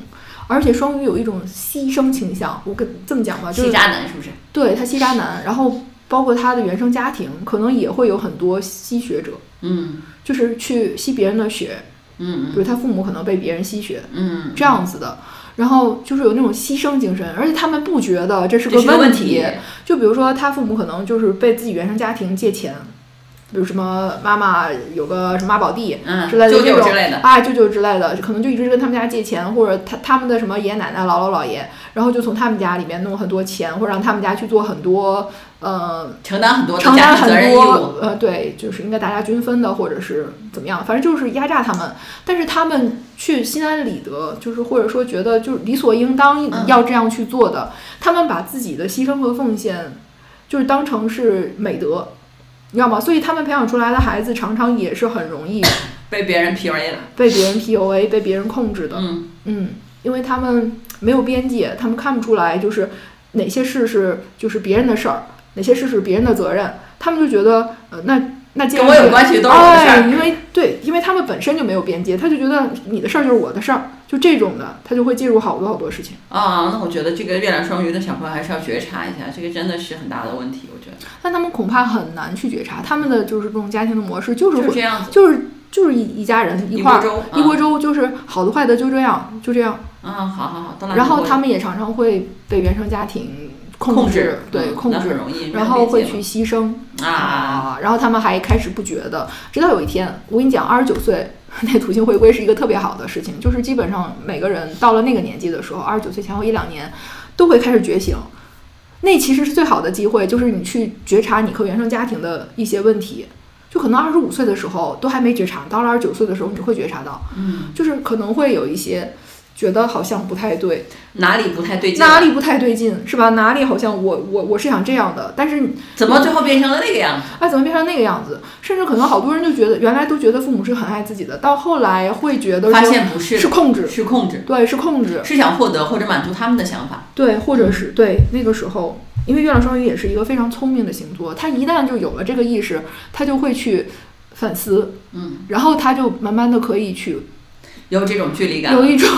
而且双鱼有一种牺牲倾向。我跟这么讲吧，啊就
细
是
渣男是不是？
对他吸渣男，然后包括他的原生家庭，可能也会有很多吸血者，
嗯
就是去吸别人的血，比
嗯
如他父母可能被别人吸血
嗯，
这样子的。然后就是有那种牺牲精神，而且他们不觉得这是
这
个
是个
问
题。
就比如说，他父母可能就是被自己原生家庭借钱，比如什么妈妈有个什么妈宝弟
嗯，
之类的
舅
这
舅
种
之类的。
啊，舅舅之类的，可能就一直跟他们家借钱，或者他他们的什么爷爷奶奶、姥姥姥爷，然后就从他们家里面弄很多钱，或者让他们家去做很多呃
承担很多的
承
家
担
庭责任
很
义务。
多呃对，就是应该大家均分的，或者是怎么样，反正就是压榨他们。但是他们去心安理得，就是或者说觉得就是理所应
嗯
当要这样去做的，他们把自己的牺牲和奉献就是当成是美德。你知道吗？所以他们培养出来的孩子常常也是很容易
被别人 PUA 了。
被别人 PUA、被别人控制的。
嗯
嗯，因为他们没有边界，他们看不出来就是哪些事是就是别人的事儿，哪些事是别人的责任，他们就觉得呃那那既然
跟我有
是
关系都是我的事儿
哎，因为对，因为他们本身就没有边界，他就觉得你的事儿就是我的事儿，就这种的，他就会介入好多好多事情。
啊，那我觉得这个月亮双鱼的小朋友还是要觉察一下，这个真的是很大的问题，我觉得
但他们恐怕很难去觉察，他们的就是这种家庭的模式就是
就是
会
这样子，
就是就是一一家人一
锅
块儿。
粥，嗯
一锅
粥。
粥就是好的坏的就这样就这样，
嗯，好好好，都来
然后
一锅粥
他们也常常会被原生家庭
控
制对
嗯
控
那
制
很，容易，
然后会
没有
去牺牲
理解嘛啊，，
然后他们还开始不觉得，直到有一天，我跟你讲，二十九岁 (laughs) 那土星回归是一个特别好的事情，就是基本上每个人到了那个年纪的时候，二十九岁前后一两年，都会开始觉醒。那其实是最好的机会，就是你去觉察你和原生家庭的一些问题。就可能二十五岁的时候都还没觉察，到了二十九岁的时候你会觉察到，
嗯，
就是可能会有一些觉得好像不太对，
哪里不太对劲？
哪？里不太对劲，是吧？哪里好像我我我是想这样的，但是你
怎么最后变成了那个样子？
哎，怎么变成那个样子？甚至可能好多人就觉得，原来都觉得父母是很爱自己的，到后来会觉得
发
说
现不是，
是控制，
是控制，
对，是控制，
是想获得或者满足他们的想法。
对，或者
嗯
是对那个时候，因为月亮双鱼也是一个非常聪明的星座，他一旦就有了这个意识，他就会去反思，
嗯，
然后他就慢慢的可以去
有这种距离感。
有一种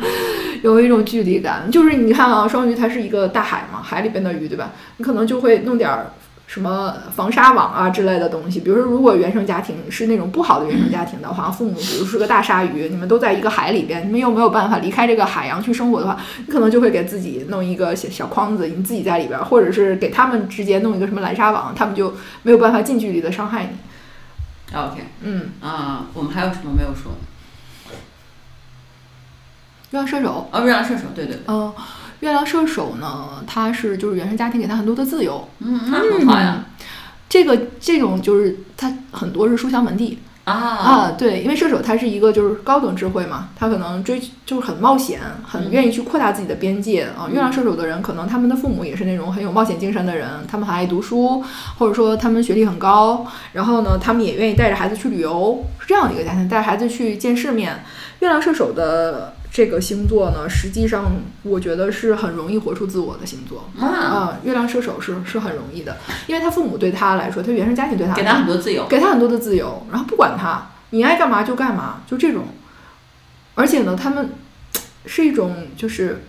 (laughs) 有一种距离感，就是你看啊，双鱼它是一个大海嘛，海里边的鱼对吧？你可能就会弄点儿什么防沙网啊之类的东西。比如说，如果原生家庭是那种不好的原生家庭的话，父母比如是个大鲨鱼，你们都在一个海里边，你们又没有办法离开这个海洋去生活的话，你可能就会给自己弄一个小小框子，你自己在里边儿，或者是给他们之间弄一个什么拦沙网，他们就没有办法近距离的伤害你。
OK
嗯，
啊，我们还有什么没有说？
月亮射手。
哦，月亮射手，对对对，
嗯，月亮射手呢，他是就是原生家庭给他很多的自由，
嗯，那很好呀。
这个这种就是他很多是书香门第
啊，
对，因为射手他是一个就是高等智慧嘛，他可能追就是很冒险，
嗯
很愿意去扩大自己的边界啊、月亮射手的人，可能他们的父母也是那种很有冒险精神的人，他们很爱读书，或者说他们学历很高，然后呢，他们也愿意带着孩子去旅游，是这样的一个家庭，带着孩子去见世面。月亮射手的这个星座呢，实际上我觉得是很容易活出自我的星座。
那
啊、月亮射手是是很容易的，因为他父母对他来说，他原生家庭对他
给他很多自由。
给他很多的自由，然后不管他，你爱干嘛就干嘛，就这种。而且呢，他们是一种就是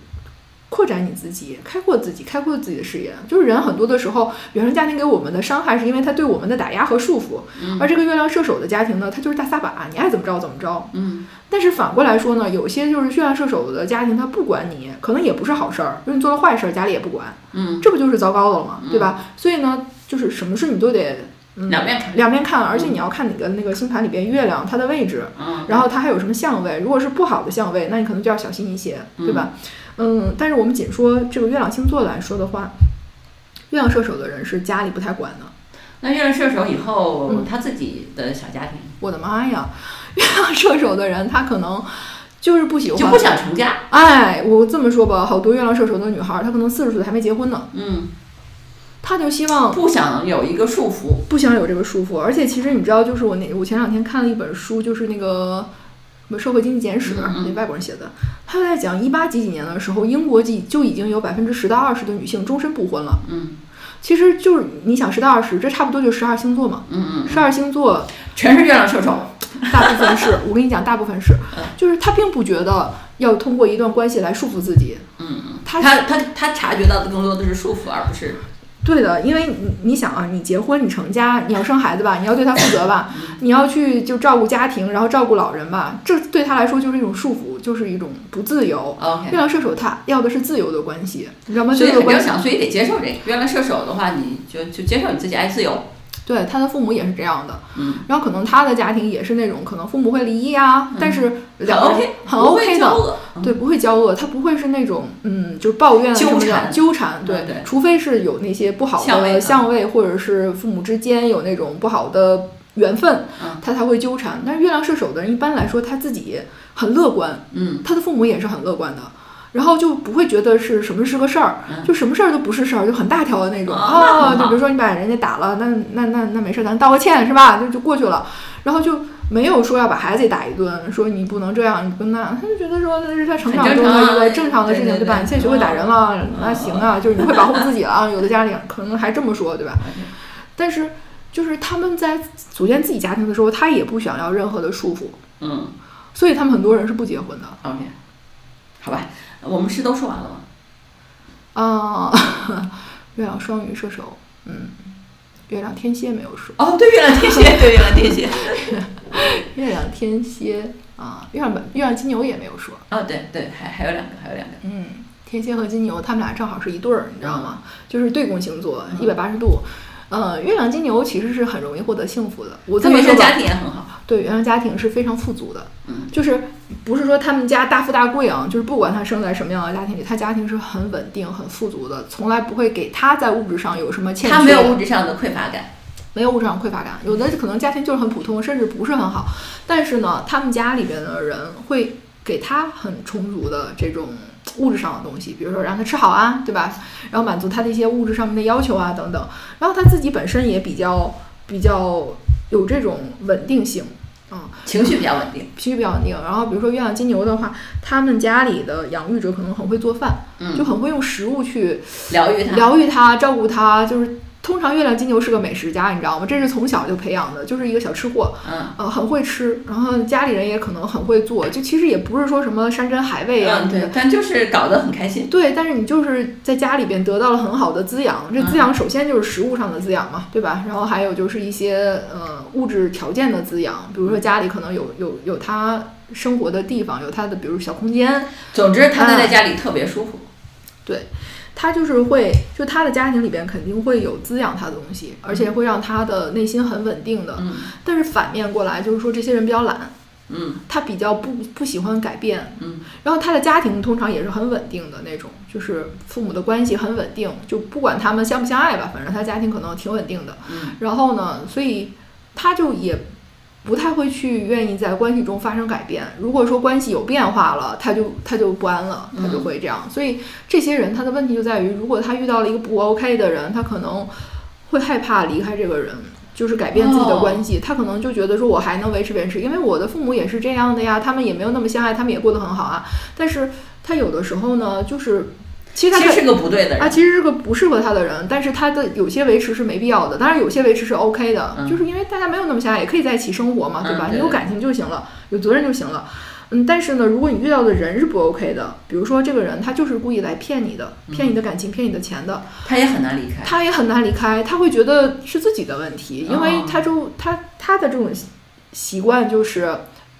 扩展你自己，开阔自己，开阔自己的视野。就是人很多的时候，原生家庭给我们的伤害，是因为他对我们的打压和束缚。
嗯
而这个月亮射手的家庭呢，他就是大撒把，你爱怎么着怎么着。
嗯
但是反过来说呢，有些就是月亮射手的家庭，他不管你，可能也不是好事儿，因为你做了坏事儿，家里也不管，
嗯，
这不就是糟糕的了吗？对吧？所以呢，就是什么事你都得。嗯、
两面看。
两边看，而且你要看你的那个星盘里边月亮它的位置，
嗯，
然后它还有什么相位。如果是不好的相位，那你可能就要小心一些，对吧？嗯，但是我们仅说这个月亮星座来说的话，月亮射手的人是家里不太管的。
那月亮射手以后
嗯
他自己的小家庭
我的妈呀，月亮射手的人他可能就是不喜欢，
就不想成家。
哎，我这么说吧，好多月亮射手的女孩，她可能四十岁还没结婚呢，
嗯，
她就希望
不想有一个束缚。
不想有这个束缚。而且其实你知道，就是我那我前两天看了一本书，就是那个什么《社会经济简史》
嗯嗯
那外国人写的，他就在讲一八几几年的时候，英国几就已经有百分之十到二十的女性终身不婚了。
嗯
其实就是你想十到二十，这差不多就十二星座嘛。
嗯嗯，
十二星座
全是月亮射手，
大部分
(laughs)
是，我跟你讲，大部分是，
嗯
就是他并不觉得要通过一段关系来束缚自己。
嗯，
他
他他他察觉到的更多的是束缚，而不是
对的，因为你你想啊，你结婚，你成家，你要生孩子吧，你要对他负责吧，
嗯
你要去就照顾家庭，然后照顾老人吧，这对他来说就是一种束缚，就是一种不自由。
OK
月。亮射手他要的是自由的关系，你知道吗？
哦所
自
以
由的
很
关
正
系，
常，所以得接受这个。原来射手的话，你就就接受你自己爱自由。
对他的父母也是这样的，
嗯，
然后可能他的家庭也是那种可能父母会离异啊，但是两个人
OK，
很
不会
OK
交
的，
恶
对，不会交恶，他不会是那种嗯，就是抱怨啊
纠
什么的
缠
纠缠，对
嗯对
除非是有那些不好
相位
的
啊
相位，或者是父母之间有那种不好的缘分，
嗯
他才会纠缠。但是月亮射手的人一般来说他自己很乐观，
嗯，
他的父母也是很乐观的。然后就不会觉得是什么是个事儿，
嗯
就什么事儿都不是事儿，就很大条的那种
啊那很
就
好
比如说你把人家打了，那那那那没事儿，咱道个歉是吧？就就过去了。然后就没有说要把孩子也打一顿，说你不能这样，你不能那样，他就觉得说那是他成长中的一个正常的事情，
很正常对对
对吧？
对
你现在学会打人了，那行啊，就是你会保护自己了啊。有的家里可能还这么说，对吧？但是就是他们在组建自己家庭的时候，他也不想要任何的束缚，
嗯
所以他们很多人是不结婚的。
，OK，好吧，我们是都说完了吗？
啊、月亮双鱼射手，嗯，月亮天蝎没有说，
哦，对，月亮天蝎，
(laughs)
对月亮天蝎。
月亮天蝎啊，月亮月亮金牛也没有说，
哦，对对，还还有两个，还有两个。
嗯，天蝎和金牛，他们俩正好是一对儿，你知道吗？就是对宫星座，
嗯
一百八十度。呃，月亮金牛其实是很容易获得幸福的。我这
他
么
原
说
生
吧
家，庭也很好。
对原生家庭是非常富足的，
嗯
就是不是说他们家大富大贵啊，就是不管他生在什么样的家庭里，他家庭是很稳定、很富足的，从来不会给他在物质上有什么欠缺。
他没有物质上的匮乏感。
没有物质上匮乏感，有的可能家庭就是很普通，甚至不是很好，但是呢，他们家里边的人会给他很充足的这种物质上的东西，比如说让他吃好啊，对吧？然后满足他的一些物质上面的要求啊等等，然后他自己本身也比较比较有这种稳定性，
情绪比较稳定，
脾气比较稳定。然后比如说月亮金牛的话，他们家里的养育者可能很会做饭，
嗯
就很会用食物去
疗愈他，
疗愈他，照顾他，就是通常月亮金牛是个美食家，你知道吗？这是从小就培养的，就是一个小吃货，
嗯，
呃，很会吃，然后家里人也可能很会做，就其实也不是说什么山珍海味啊，
嗯，对，但就是搞得很开心，
对，但是你就是在家里边得到了很好的滋养，这滋养首先就是食物上的滋养嘛，对吧？然后还有就是一些呃物质条件的滋养，比如说家里可能有有有他生活的地方，有他的比如小空间，
总之他
啊
待在家里特别舒服。
他就是会，就他的家庭里边肯定会有滋养他的东西，而且会让他的内心很稳定的。
嗯
但是反面过来就是说，这些人比较懒，
嗯
他比较不不喜欢改变，
嗯
然后他的家庭通常也是很稳定的那种，就是父母的关系很稳定，就不管他们相不相爱吧，反正他家庭可能挺稳定的。
嗯
然后呢，所以他就也不太会去愿意在关系中发生改变。如果说关系有变化了，他就他就不安了，他就会这样。所以这些人他的问题就在于，如果他遇到了一个不 OK 的人，他可能会害怕离开这个人。就是改变自己的关系他可能就觉得说，我还能维持维持，因为我的父母也是这样的呀，他们也没有那么相爱，他们也过得很好啊。但是他有的时候呢，就是其实他
其
可
实是个不对的
啊，
人，
其实是个不适合他的人，但是他的有些维持是没必要的，当然有些维持是 OK 的，
嗯
就是因为大家没有那么相爱，也可以在一起生活嘛，对吧
嗯？对
你有感情就行了，有责任就行了。嗯，但是呢，如果你遇到的人是不 OK 的，比如说这个人他就是故意来骗你的，
嗯
骗你的感情，骗你的钱的，
他也很难离开。
他也很难离开，他会觉得是自己的问题，因为
哦
他就他他的这种习习惯就是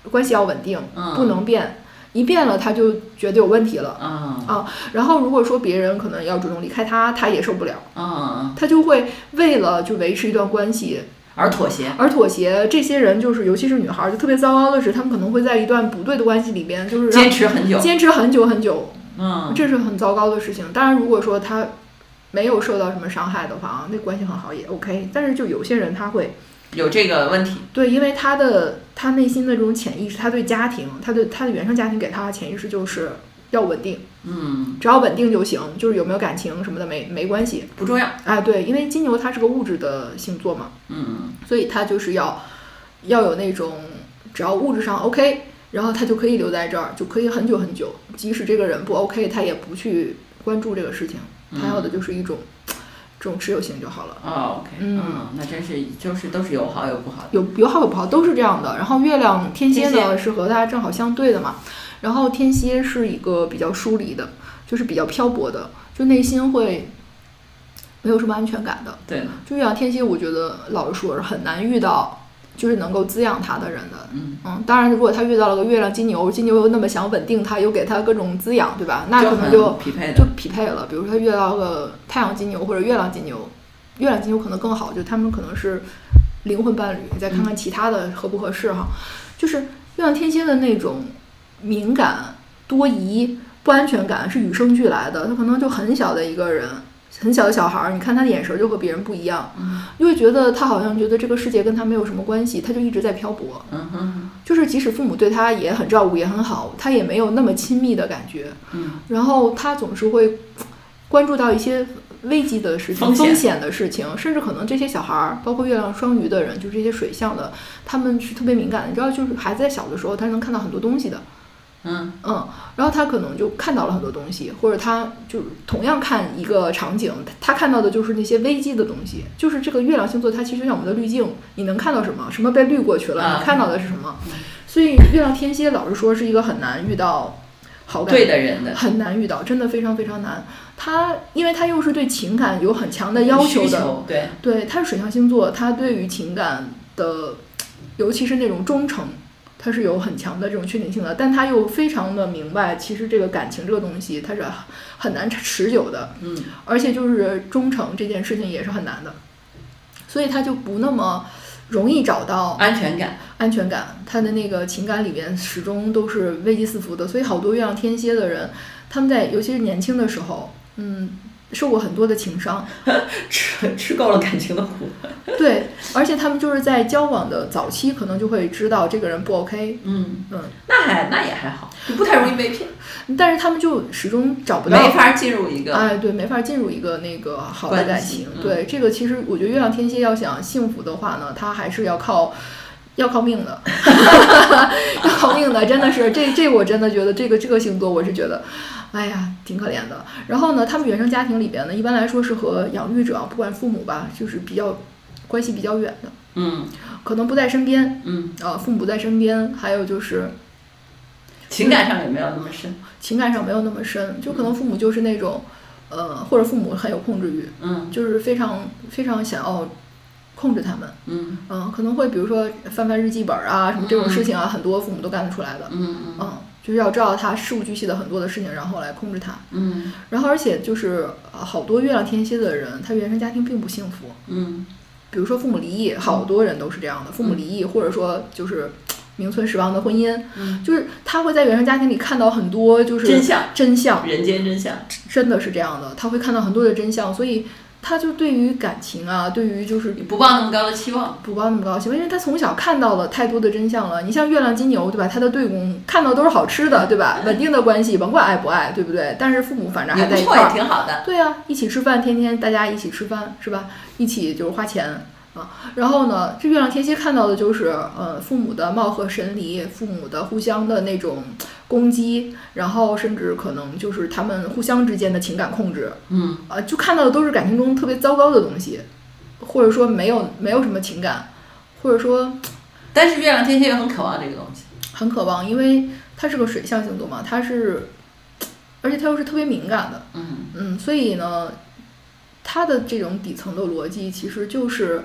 关系要稳定，
嗯
不能变，一变了他就觉得有问题了。
嗯
啊然后如果说别人可能要主动离开他，他也受不了。
嗯，
他就会为了就维持一段关系
而妥协，
而妥协。这些人就是，尤其是女孩，儿，就特别糟糕的是，她们可能会在一段不对的关系里边，就是让
坚持很久。
坚持很久很久，
嗯，
这是很糟糕的事情。当然，如果说她没有受到什么伤害的话啊，那关系很好也 OK。但是就有些人他会
有这个问题。
对，因为他的他内心的这种潜意识，他对家庭，他对他的原生家庭给他的潜意识就是要稳定，
嗯，
只要稳定就行，就是有没有感情什么的没没关系。
不重要。
哎，对，因为金牛它是个物质的星座嘛。
嗯
所以他就是要要有那种只要物质上 OK，然后他就可以留在这儿，就可以很久很久，
嗯
即使这个人不 OK，他也不去关注这个事情，他要的就是一种。种持有型就好了。
哦，OK，
嗯
嗯，那真是就是都是有好有不好的。
有有好有不好，都是这样的。然后月亮天蝎
天
呢是和它正好相对的嘛，然后天蝎是一个比较疏离的，就是比较漂泊的，就内心会没有什么安全感的。
对的，
就月亮天蝎，我觉得老实说是很难遇到就是能够滋养他的人的。
嗯，
嗯，当然，如果他遇到了个月亮金牛，金牛又那么想稳定他，又给他各种滋养，对吧？那可能
很
就
匹配的。
就匹配了。比如说遇到个太阳金牛或者月亮金牛，月亮金牛可能更好，就他们可能是灵魂伴侣。你再看
嗯
看其他的合不合适哈。就是月亮天蝎的那种敏感、多疑、不安全感是与生俱来的，他可能就很小的一个人。很小的小孩儿，你看他的眼神就和别人不一样，
嗯
就会觉得他好像觉得这个世界跟他没有什么关系，他就一直在漂泊。
嗯哼，
就是即使父母对他也很照顾，也很好，他也没有那么亲密的感觉。
嗯，
然后他总是会关注到一些危机的事情、
风险
风险的事情，甚至可能这些小孩儿，包括月亮双鱼的人，就是这些水象的，他们是特别敏感的。你知道，就是孩子在小的时候，他是能看到很多东西的，
嗯
嗯，然后他可能就看到了很多东西，或者他就是同样看一个场景，他他看到的就是那些危机的东西，就是这个月亮星座，它其实像我们的滤镜，你能看到什么，什么被滤过去了，
啊
你看到的是什么
嗯。
所以月亮天蝎老实说是一个很难遇到好感
对的人的
很难遇到，真的非常非常难。他因为他又是对情感有很强的要求
需
的，
求，对，
对，他是水象星座，他对于情感的，尤其是那种忠诚，他是有很强的这种确定性的，但他又非常的明白，其实这个感情这个东西它是很难持久的，
嗯
而且就是忠诚这件事情也是很难的，所以他就不那么容易找到
安全感，
安全感，他的那个情感里边始终都是危机四伏的，所以好多月亮天蝎的人，他们在尤其是年轻的时候，嗯，受过很多的情伤，
吃吃够了感情的苦。
对，而且他们就是在交往的早期，可能就会知道这个人不 OK，
嗯
嗯，
那还那也还好，就不太容易被骗，
但是他们就始终找不到，
没法进入一个
哎，对，没法进入一个那个好的
关
感
系
情。
嗯
对，这个其实我觉得月亮天蝎要想幸福的话呢，他还是要靠。要靠
(laughs)
命的， (laughs) 要靠命的，真的是这这我真的觉得这个这个星座我是觉得，哎呀，挺可怜的。然后呢，他们原生家庭里边呢，一般来说是和养育者，啊不管父母吧，就是比较关系比较远的，
嗯
可能不在身边，
嗯
呃，父母不在身边，还有就是
情感上也没有那么深。
情感上没有那么深，就可能父母就是那种，呃，或者父母很有控制欲，
嗯
就是非常非常想要控制他们，
嗯
嗯、可能会比如说翻翻日记本儿啊，什么这种事情啊，很多父母都干得出来的，
嗯
嗯、就是要知道他事无巨细的很多的事情，然后来控制他，
嗯
然后而且就是呃好多月亮天蝎的人，他原生家庭并不幸福，
嗯
比如说父母离异，好多人都是这样的，父母离异，或者说就是名存实亡的婚姻，
嗯，
就是他会在原生家庭里看到很多就是
真相，
真相
人间真相。
真的是这样的，他会看到很多的真相，所以他就对于感情啊，对于就是
你不抱那么高的期望，
不抱那么高兴，因为他从小看到了太多的真相了。你像月亮金牛，对吧？他的对宫看到都是好吃的，对吧？稳定的关系，甭管爱不爱，对不对？但是父母反正
也
还
不
在一
错，
块
也
儿，
挺好的。
对啊，一起吃饭，天天大家一起吃饭是吧？一起就是花钱啊。然后呢，这月亮天蝎看到的就是，呃，父母的貌合神离，父母的互相的那种攻击，然后甚至可能就是他们互相之间的情感控制，
嗯
啊，就看到的都是感情中特别糟糕的东西，或者说没有没有什么情感，或者说
但是月亮天蝎又很渴望这个东西。
很渴望，因为它是个水象星座嘛，它是，而且它又是特别敏感的。
嗯
嗯，所以呢，他的这种底层的逻辑其实就是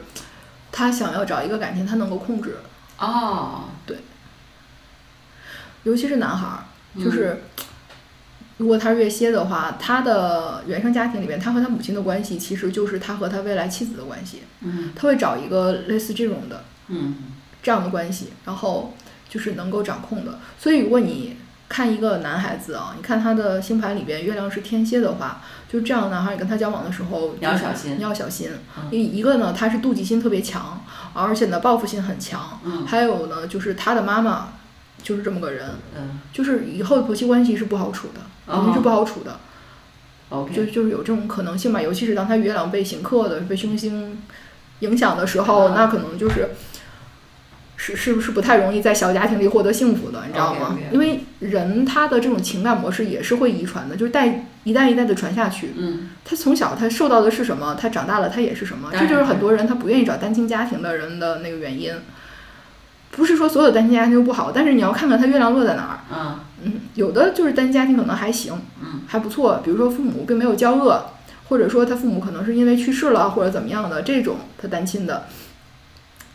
他想要找一个感情他能够控制，
哦，
尤其是男孩儿，
嗯
就是。如果他是月蝎的话，他的原生家庭里面，他和他母亲的关系其实就是他和他未来妻子的关系。
嗯
他会找一个类似这种的
嗯
这样的关系，然后就是能够掌控的。所以，如果你看一个男孩子啊，你看他的星盘里边月亮是天蝎的话，就这样的男孩，你跟他交往的时候，
你要小心
你要小心
嗯，
因为一个呢，他是妒忌心特别强，而且呢，报复心很强，
嗯
还有呢，就是他的妈妈就是这么个人，
嗯
就是以后的婆媳关系是不好处的，肯定是
哦
不好处的，就
，OK，
就是有这种可能性吧。尤其是当他月亮被刑克的、被凶星影响的时候，
啊
那可能就是。是是不是不太容易在小家庭里获得幸福的，你知道吗
OK，OK
因为人他的这种情感模式也是会遗传的，就是代一代一代的传下去。
嗯，
他从小他受到的是什么，他长大了他也是什么，
当然
这就是很多人他不愿意找单亲家庭的人的那个原因。不是说所有单亲家庭都不好，但是你要看看他月亮落在哪儿。
啊，
嗯，有的就是单亲家庭可能还行，
嗯，
还不错，比如说父母并没有交恶，或者说他父母可能是因为去世了或者怎么样的这种他单亲的，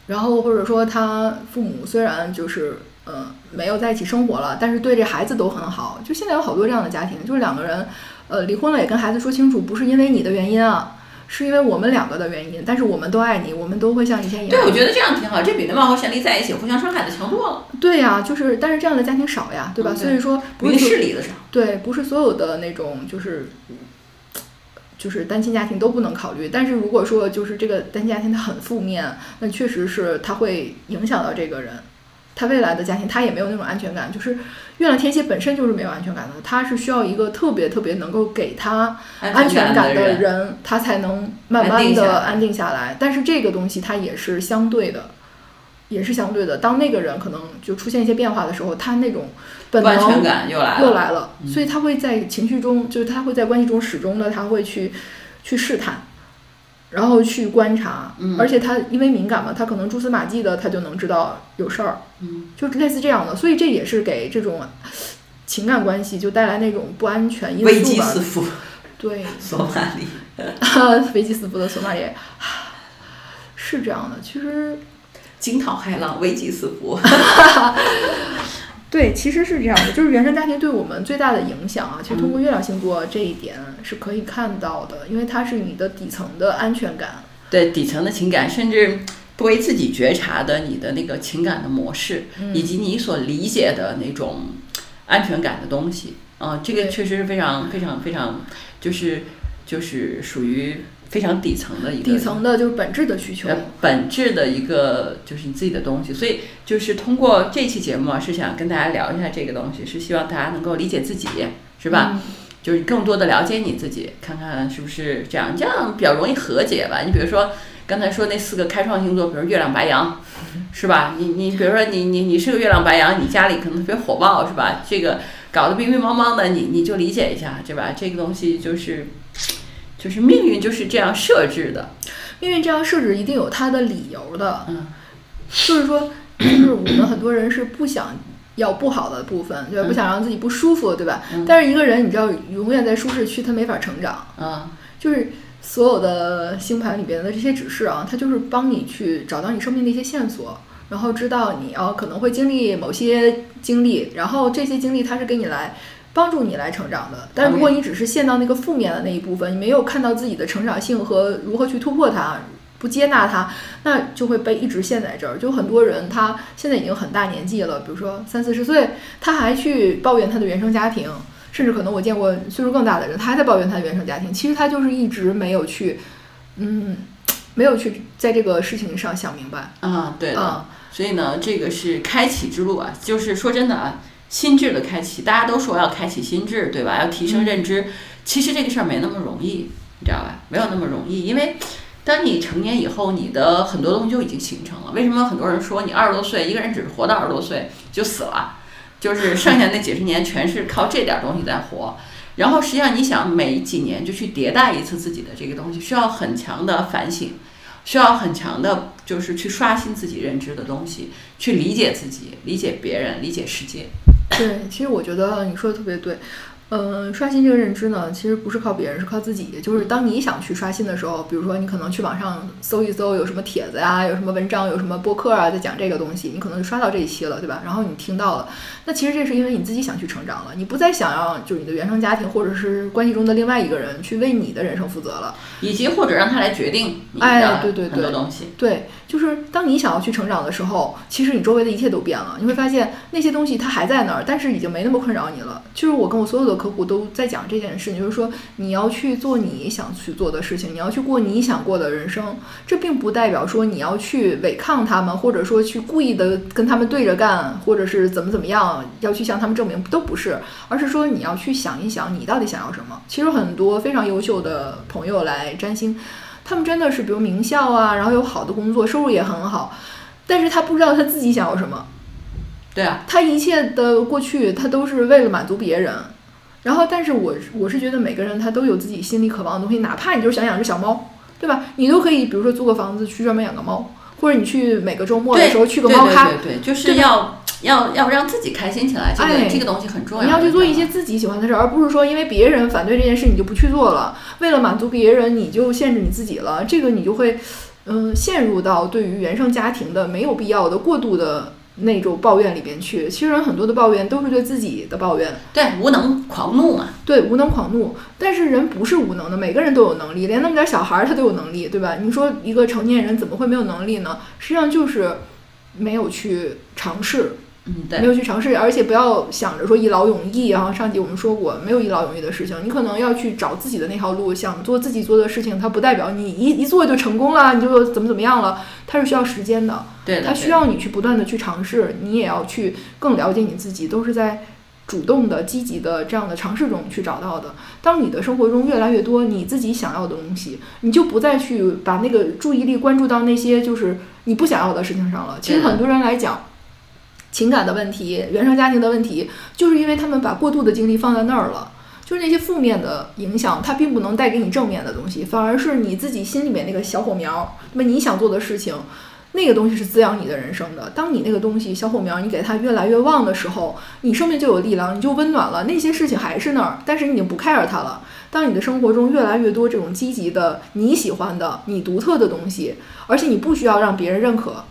然后或者说他父母虽然就是呃没有在一起生活了，但是对这孩子都很好。就现在有好多这样的家庭，就是两个人呃离婚了也跟孩子说清楚，不是因为你的原因啊，是因为我们两个的原因，但是我们都爱你，我们都会像以前一样。
对，我觉得这样挺好，这比那貌合神离在一起互相伤害的强多了，
对呀、就是但是这样的家庭少呀，对吧？
嗯对
所以说不
明
是说
事理的少。
对，不是所有的那种就是就是单亲家庭都不能考虑，但是如果说就是这个单亲家庭它很负面，那确实是它会影响到这个人。他未来的家庭，他也没有那种安全感。就是月亮天蝎本身就是没有安全感的，他是需要一个特别特别能够给他安全
的
感的，人，他才能慢
安
慢
定下来
的安定下来。但是这个东西它也是相对的，也是相对的。当那个人可能就出现一些变化的时候，他那种本
不安全
能
感又来
又
了。
来了，
嗯
所以他会在情绪中，就是他会在关系中始终的，他会去去试探，然后去观察，
嗯
而且他因为敏感嘛，他可能蛛丝马迹的，他就能知道有事儿，
嗯，
就类似这样的，所以这也是给这种情感关系就带来那种不安全因
危
素
机
吧
四，伏， (laughs)
对， (laughs)
索马里。
危机四伏的索马里人 (sighs) 是这样的，其实
惊涛骇浪，危机四伏。
对，其实是这样的，就是原生家庭对我们最大的影响啊，其实通
嗯
过月亮星座这一点是可以看到的，因为它是你的底层的安全感。
对底层的情感，甚至不为自己觉察的你的那个情感的模式，以及你所理解的那种安全感的东西。啊，这个
对
确实是非常非常非常，就是就是属于非常底层的一个
底层的就是本质的需求
呃，本质的一个就是你自己的东西，所以就是通过这期节目啊，是想跟大家聊一下这个东西，是希望大家能够理解自己，是
是
吧？？就是更多的了解你自己，看看是不是这样，这样比较容易和解吧。你比如说刚才说那四个开创星座，比如月亮白羊，是吧？你你比如说你你你是个月亮白羊，你家里可能特别火爆，是吧？这个搞得乒乒乓乓的，你你就理解一下，对吧？这个东西就是就是命运就是这样设置的，
因为这样设置一定有它的理由的，
嗯
就是说，就是我们很多人是不想。要不好的部分，对吧？
嗯
不想让自己不舒服，对吧？
嗯
但是一个人，你知道，永远在舒适区，他没法成长。
啊，
就是所有的星盘里边的这些指示啊，它就是帮你去找到你生命的一些线索，然后知道你要、可能会经历某些经历，然后这些经历它是给你来。帮助你来成长的，但如果你只是陷到那个负面的那一部分，你没有看到自己的成长性和如何去突破它，不接纳它，那就会被一直陷在这儿。就很多人他现在已经很大年纪了，比如说三四十岁，他还去抱怨他的原生家庭，甚至可能我见过岁数更大的人，他还在抱怨他的原生家庭。其实他就是一直没有去，嗯，没有去在这个事情上想明白。
啊，对的。
嗯，
所以呢，这个是开启之路啊，就是说真的啊，心智的开启，大家都说要开启心智，对吧？要提升认知，其实这个事儿没那么容易，你知道吧？没有那么容易，因为当你成年以后，你的很多东西就已经形成了。为什么很多人说你二十多岁，一个人只是活到二十多岁就死了，就是剩下那几十年全是靠这点儿东西在活。然后实际上，你想每几年就去迭代一次自己的这个东西，需要很强的反省，需要很强的，就是去刷新自己认知的东西，去理解自己、理解别人、理解世界。
对，其实我觉得你说的特别对。嗯，刷新这个认知呢，其实不是靠别人，是靠自己。就是当你想去刷新的时候，比如说你可能去网上搜一搜有什么帖子呀、有什么文章、有什么播客啊，在讲这个东西，你可能就刷到这一期了，对吧？然后你听到了，那其实这是因为你自己想去成长了，你不再想要就是你的原生家庭或者是关系中的另外一个人去为你的人生负责了。
以及或者让他来决定你的
哎对对
很多
对
东西。
对，就是当你想要去成长的时候，其实你周围的一切都变了。你会发现那些东西它还在那儿，但是已经没那么困扰你了。就是我跟我所有的客户都在讲这件事情，就是说你要去做你想去做的事情，你要去过你想过的人生。这并不代表说你要去违抗他们，或者说去故意的跟他们对着干，或者是怎么怎么样，要去向他们证明，都不是，而是说你要去想一想你到底想要什么。其实很多非常优秀的朋友来占星，他们真的是比如名校啊，然后有好的工作，收入也很好，但是他不知道他自己想要什么，
对啊，
他一切的过去他都是为了满足别人。然后，但是我是我是觉得每个人他都有自己心里渴望的东西，哪怕你就是想养只小猫，对吧？你都可以，比如说租个房子去专门养个猫，或者你去每个周末的
对
时候去个
对
猫咖，
对对对，就
对
是
吧
要要要让自己开心起来，这
哎
个这个东西很重要。
你要去做一
知道
些
吗
自己喜欢的事儿，而不是说因为别人反对这件事你就不去做了。为了满足别人，你就限制你自己了，这个你就会，嗯、陷入到对于原生家庭的没有必要的过度的那种抱怨里边去。其实人很多的抱怨都是对自己的抱怨，
对无能狂怒嘛，
对无能狂怒。但是人不是无能的，每个人都有能力，连那么点儿小孩儿他都有能力，对吧？你说一个成年人怎么会没有能力呢？实际上就是没有去尝试，
嗯，
没
对
有去尝试，而且不要想着说一劳永逸啊。上集我们说过，没有一劳永逸的事情，你可能要去找自己的那条路，想做自己做的事情，它不代表你一一做就成功了，你就怎么怎么样了，它是需要时间的，
对的，
它
对
需
的
要你去不断的去尝试，你也要去更了解你自己，都是在。主动的、积极的这样的尝试中去找到的。当你的生活中越来越多你自己想要的东西，你就不再去把那个注意力关注到那些就是你不想要的事情上了。其实
对的
很多人来讲，情感的问题、原生家庭的问题，就是因为他们把过度的精力放在那儿了。就是那些负面的影响，它并不能带给你正面的东西，反而是你自己心里面那个小火苗，那么你想做的事情，那个东西是滋养你的人生的。当你那个东西小火苗，你给它越来越旺的时候，你生命就有力量，你就温暖了。那些事情还是那儿，但是你已经不 care 它了。当你的生活中越来越多这种积极的、你喜欢的、你独特的东西，而且你不需要让别人认可，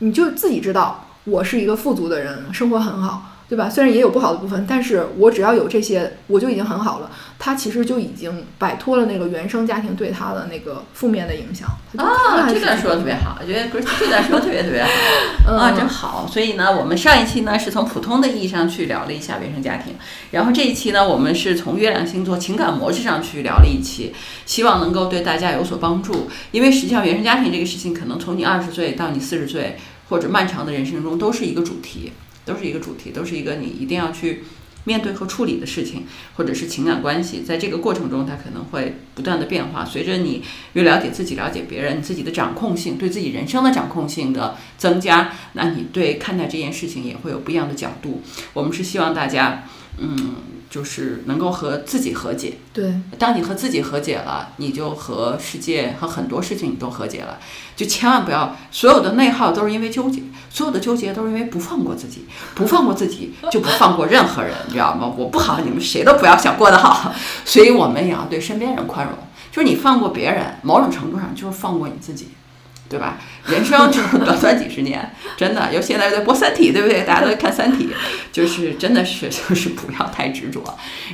你就自己知道我是一个富足的人，生活很好，对吧？虽然也有不好的部分，但是我只要有这些，我就已经很好了。他其实就已经摆脱了那个原生家庭对他的那个负面的影响。他就看
啊，
上
这
去
段说的特别好，我觉得 g r a 这段说得特别特别好。啊，
嗯
真好！所以呢，我们上一期呢是从普通的意义上去聊了一下原生家庭，然后这一期呢，我们是从月亮星座情感模式上去聊了一期，希望能够对大家有所帮助。因为实际上原生家庭这个事情，可能从你二十岁到你四十岁或者漫长的人生中，都是一个主题，都是一个主题，都是一个你一定要去。面对和处理的事情，或者是情感关系，在这个过程中，它可能会不断的变化。随着你越了解自己、了解别人，你自己的掌控性，对自己人生的掌控性的增加，那你对看待这件事情也会有不一样的角度。我们是希望大家，嗯，就是能够和自己和解。
对，
当你和自己和解了，你就和世界和很多事情你都和解了。就千万不要所有的内耗都是因为纠结，所有的纠结都是因为不放过自己，不放过自己就不放过任何人，你知道吗？我不好，你们谁都不要想过得好。 (laughs) 所以我们也要对身边人宽容，就是你放过别人，某种程度上就是放过你自己。对吧？人生就是 (laughs) 短短几十年，真的，尤其现在在播《三体》，对不对？大家都在看《三体》，就是真的是就是不要太执着，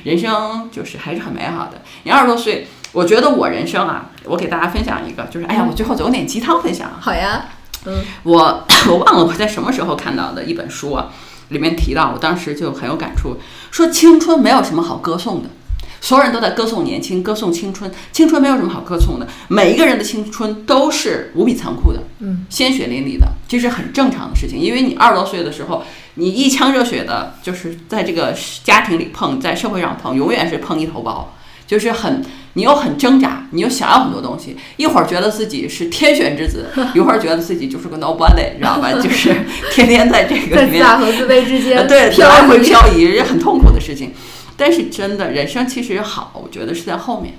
人生就是还是很美好的。你二十多岁，我觉得我人生啊，我给大家分享一个，就是哎呀，我最后总有点鸡汤分享啊。
好呀，嗯，
我 (coughs) 我忘了我在什么时候看到的一本书啊，里面提到，我当时就很有感触，说青春没有什么好歌颂的。所有人都在歌颂年轻，歌颂青春，青春没有什么好歌颂的。每一个人的青春都是无比残酷的，
嗯，
鲜血淋漓的，这是很正常的事情。因为你二十多岁的时候，你一腔热血的，就是在这个家庭里碰，在社会上碰，永远是碰一头包，就是很你又很挣扎，你又想要很多东西，一会儿觉得自己是天选之子，一会儿觉得自己就是个 nobody，你知道吧？就是天天在这个
在
里
自
面
大和自卑之间
啊呃对，
飘
来回
移。
漂移是很痛苦的事情。但是真的，人生其实好，我觉得是在后面，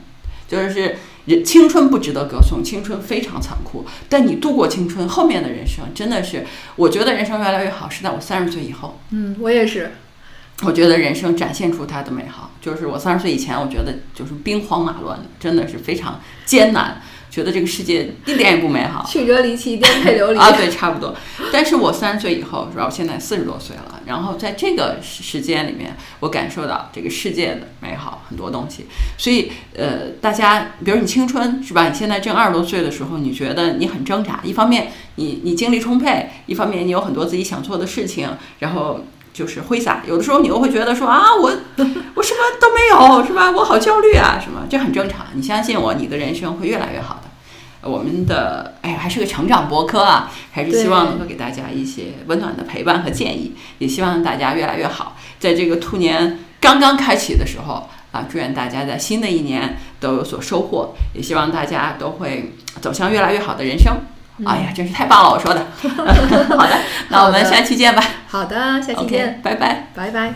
就是人青春不值得歌颂，青春非常残酷。但你度过青春，后面的人生真的是，我觉得人生越来越好是在我三十岁以后。
嗯，我也是，
我觉得人生展现出它的美好，就是我三十岁以前，我觉得就是兵荒马乱，真的是非常艰难，觉得这个世界一点也不美好。
曲折离奇，颠沛流离。
啊，对，差不多。但是我三十岁以后，是吧？我现在四十多岁了，然后在这个时时间里面，我感受到这个世界的美好，很多东西。所以，呃，大家，比如你青春是吧？你现在正二十多岁的时候，你觉得你很挣扎，一方面你你精力充沛，一方面你有很多自己想做的事情，然后。就是挥洒，有的时候你又会觉得说啊，我我什么都没有，是吧？我好焦虑啊，什么？这很正常，你相信我，你的人生会越来越好的。呃我们的哎呀，还是个成长博客啊，还是希望能够给大家一些温暖的陪伴和建议，也希望大家越来越好。在这个兔年刚刚开启的时候啊，祝愿大家在啊新的一年都有所收获，也希望大家都会走向越来越好的人生。哎呀，真是太棒 (laughs) 了！我说的，好的，那我们下期见吧。
好的，下期
OK，
见，
拜拜。
拜拜。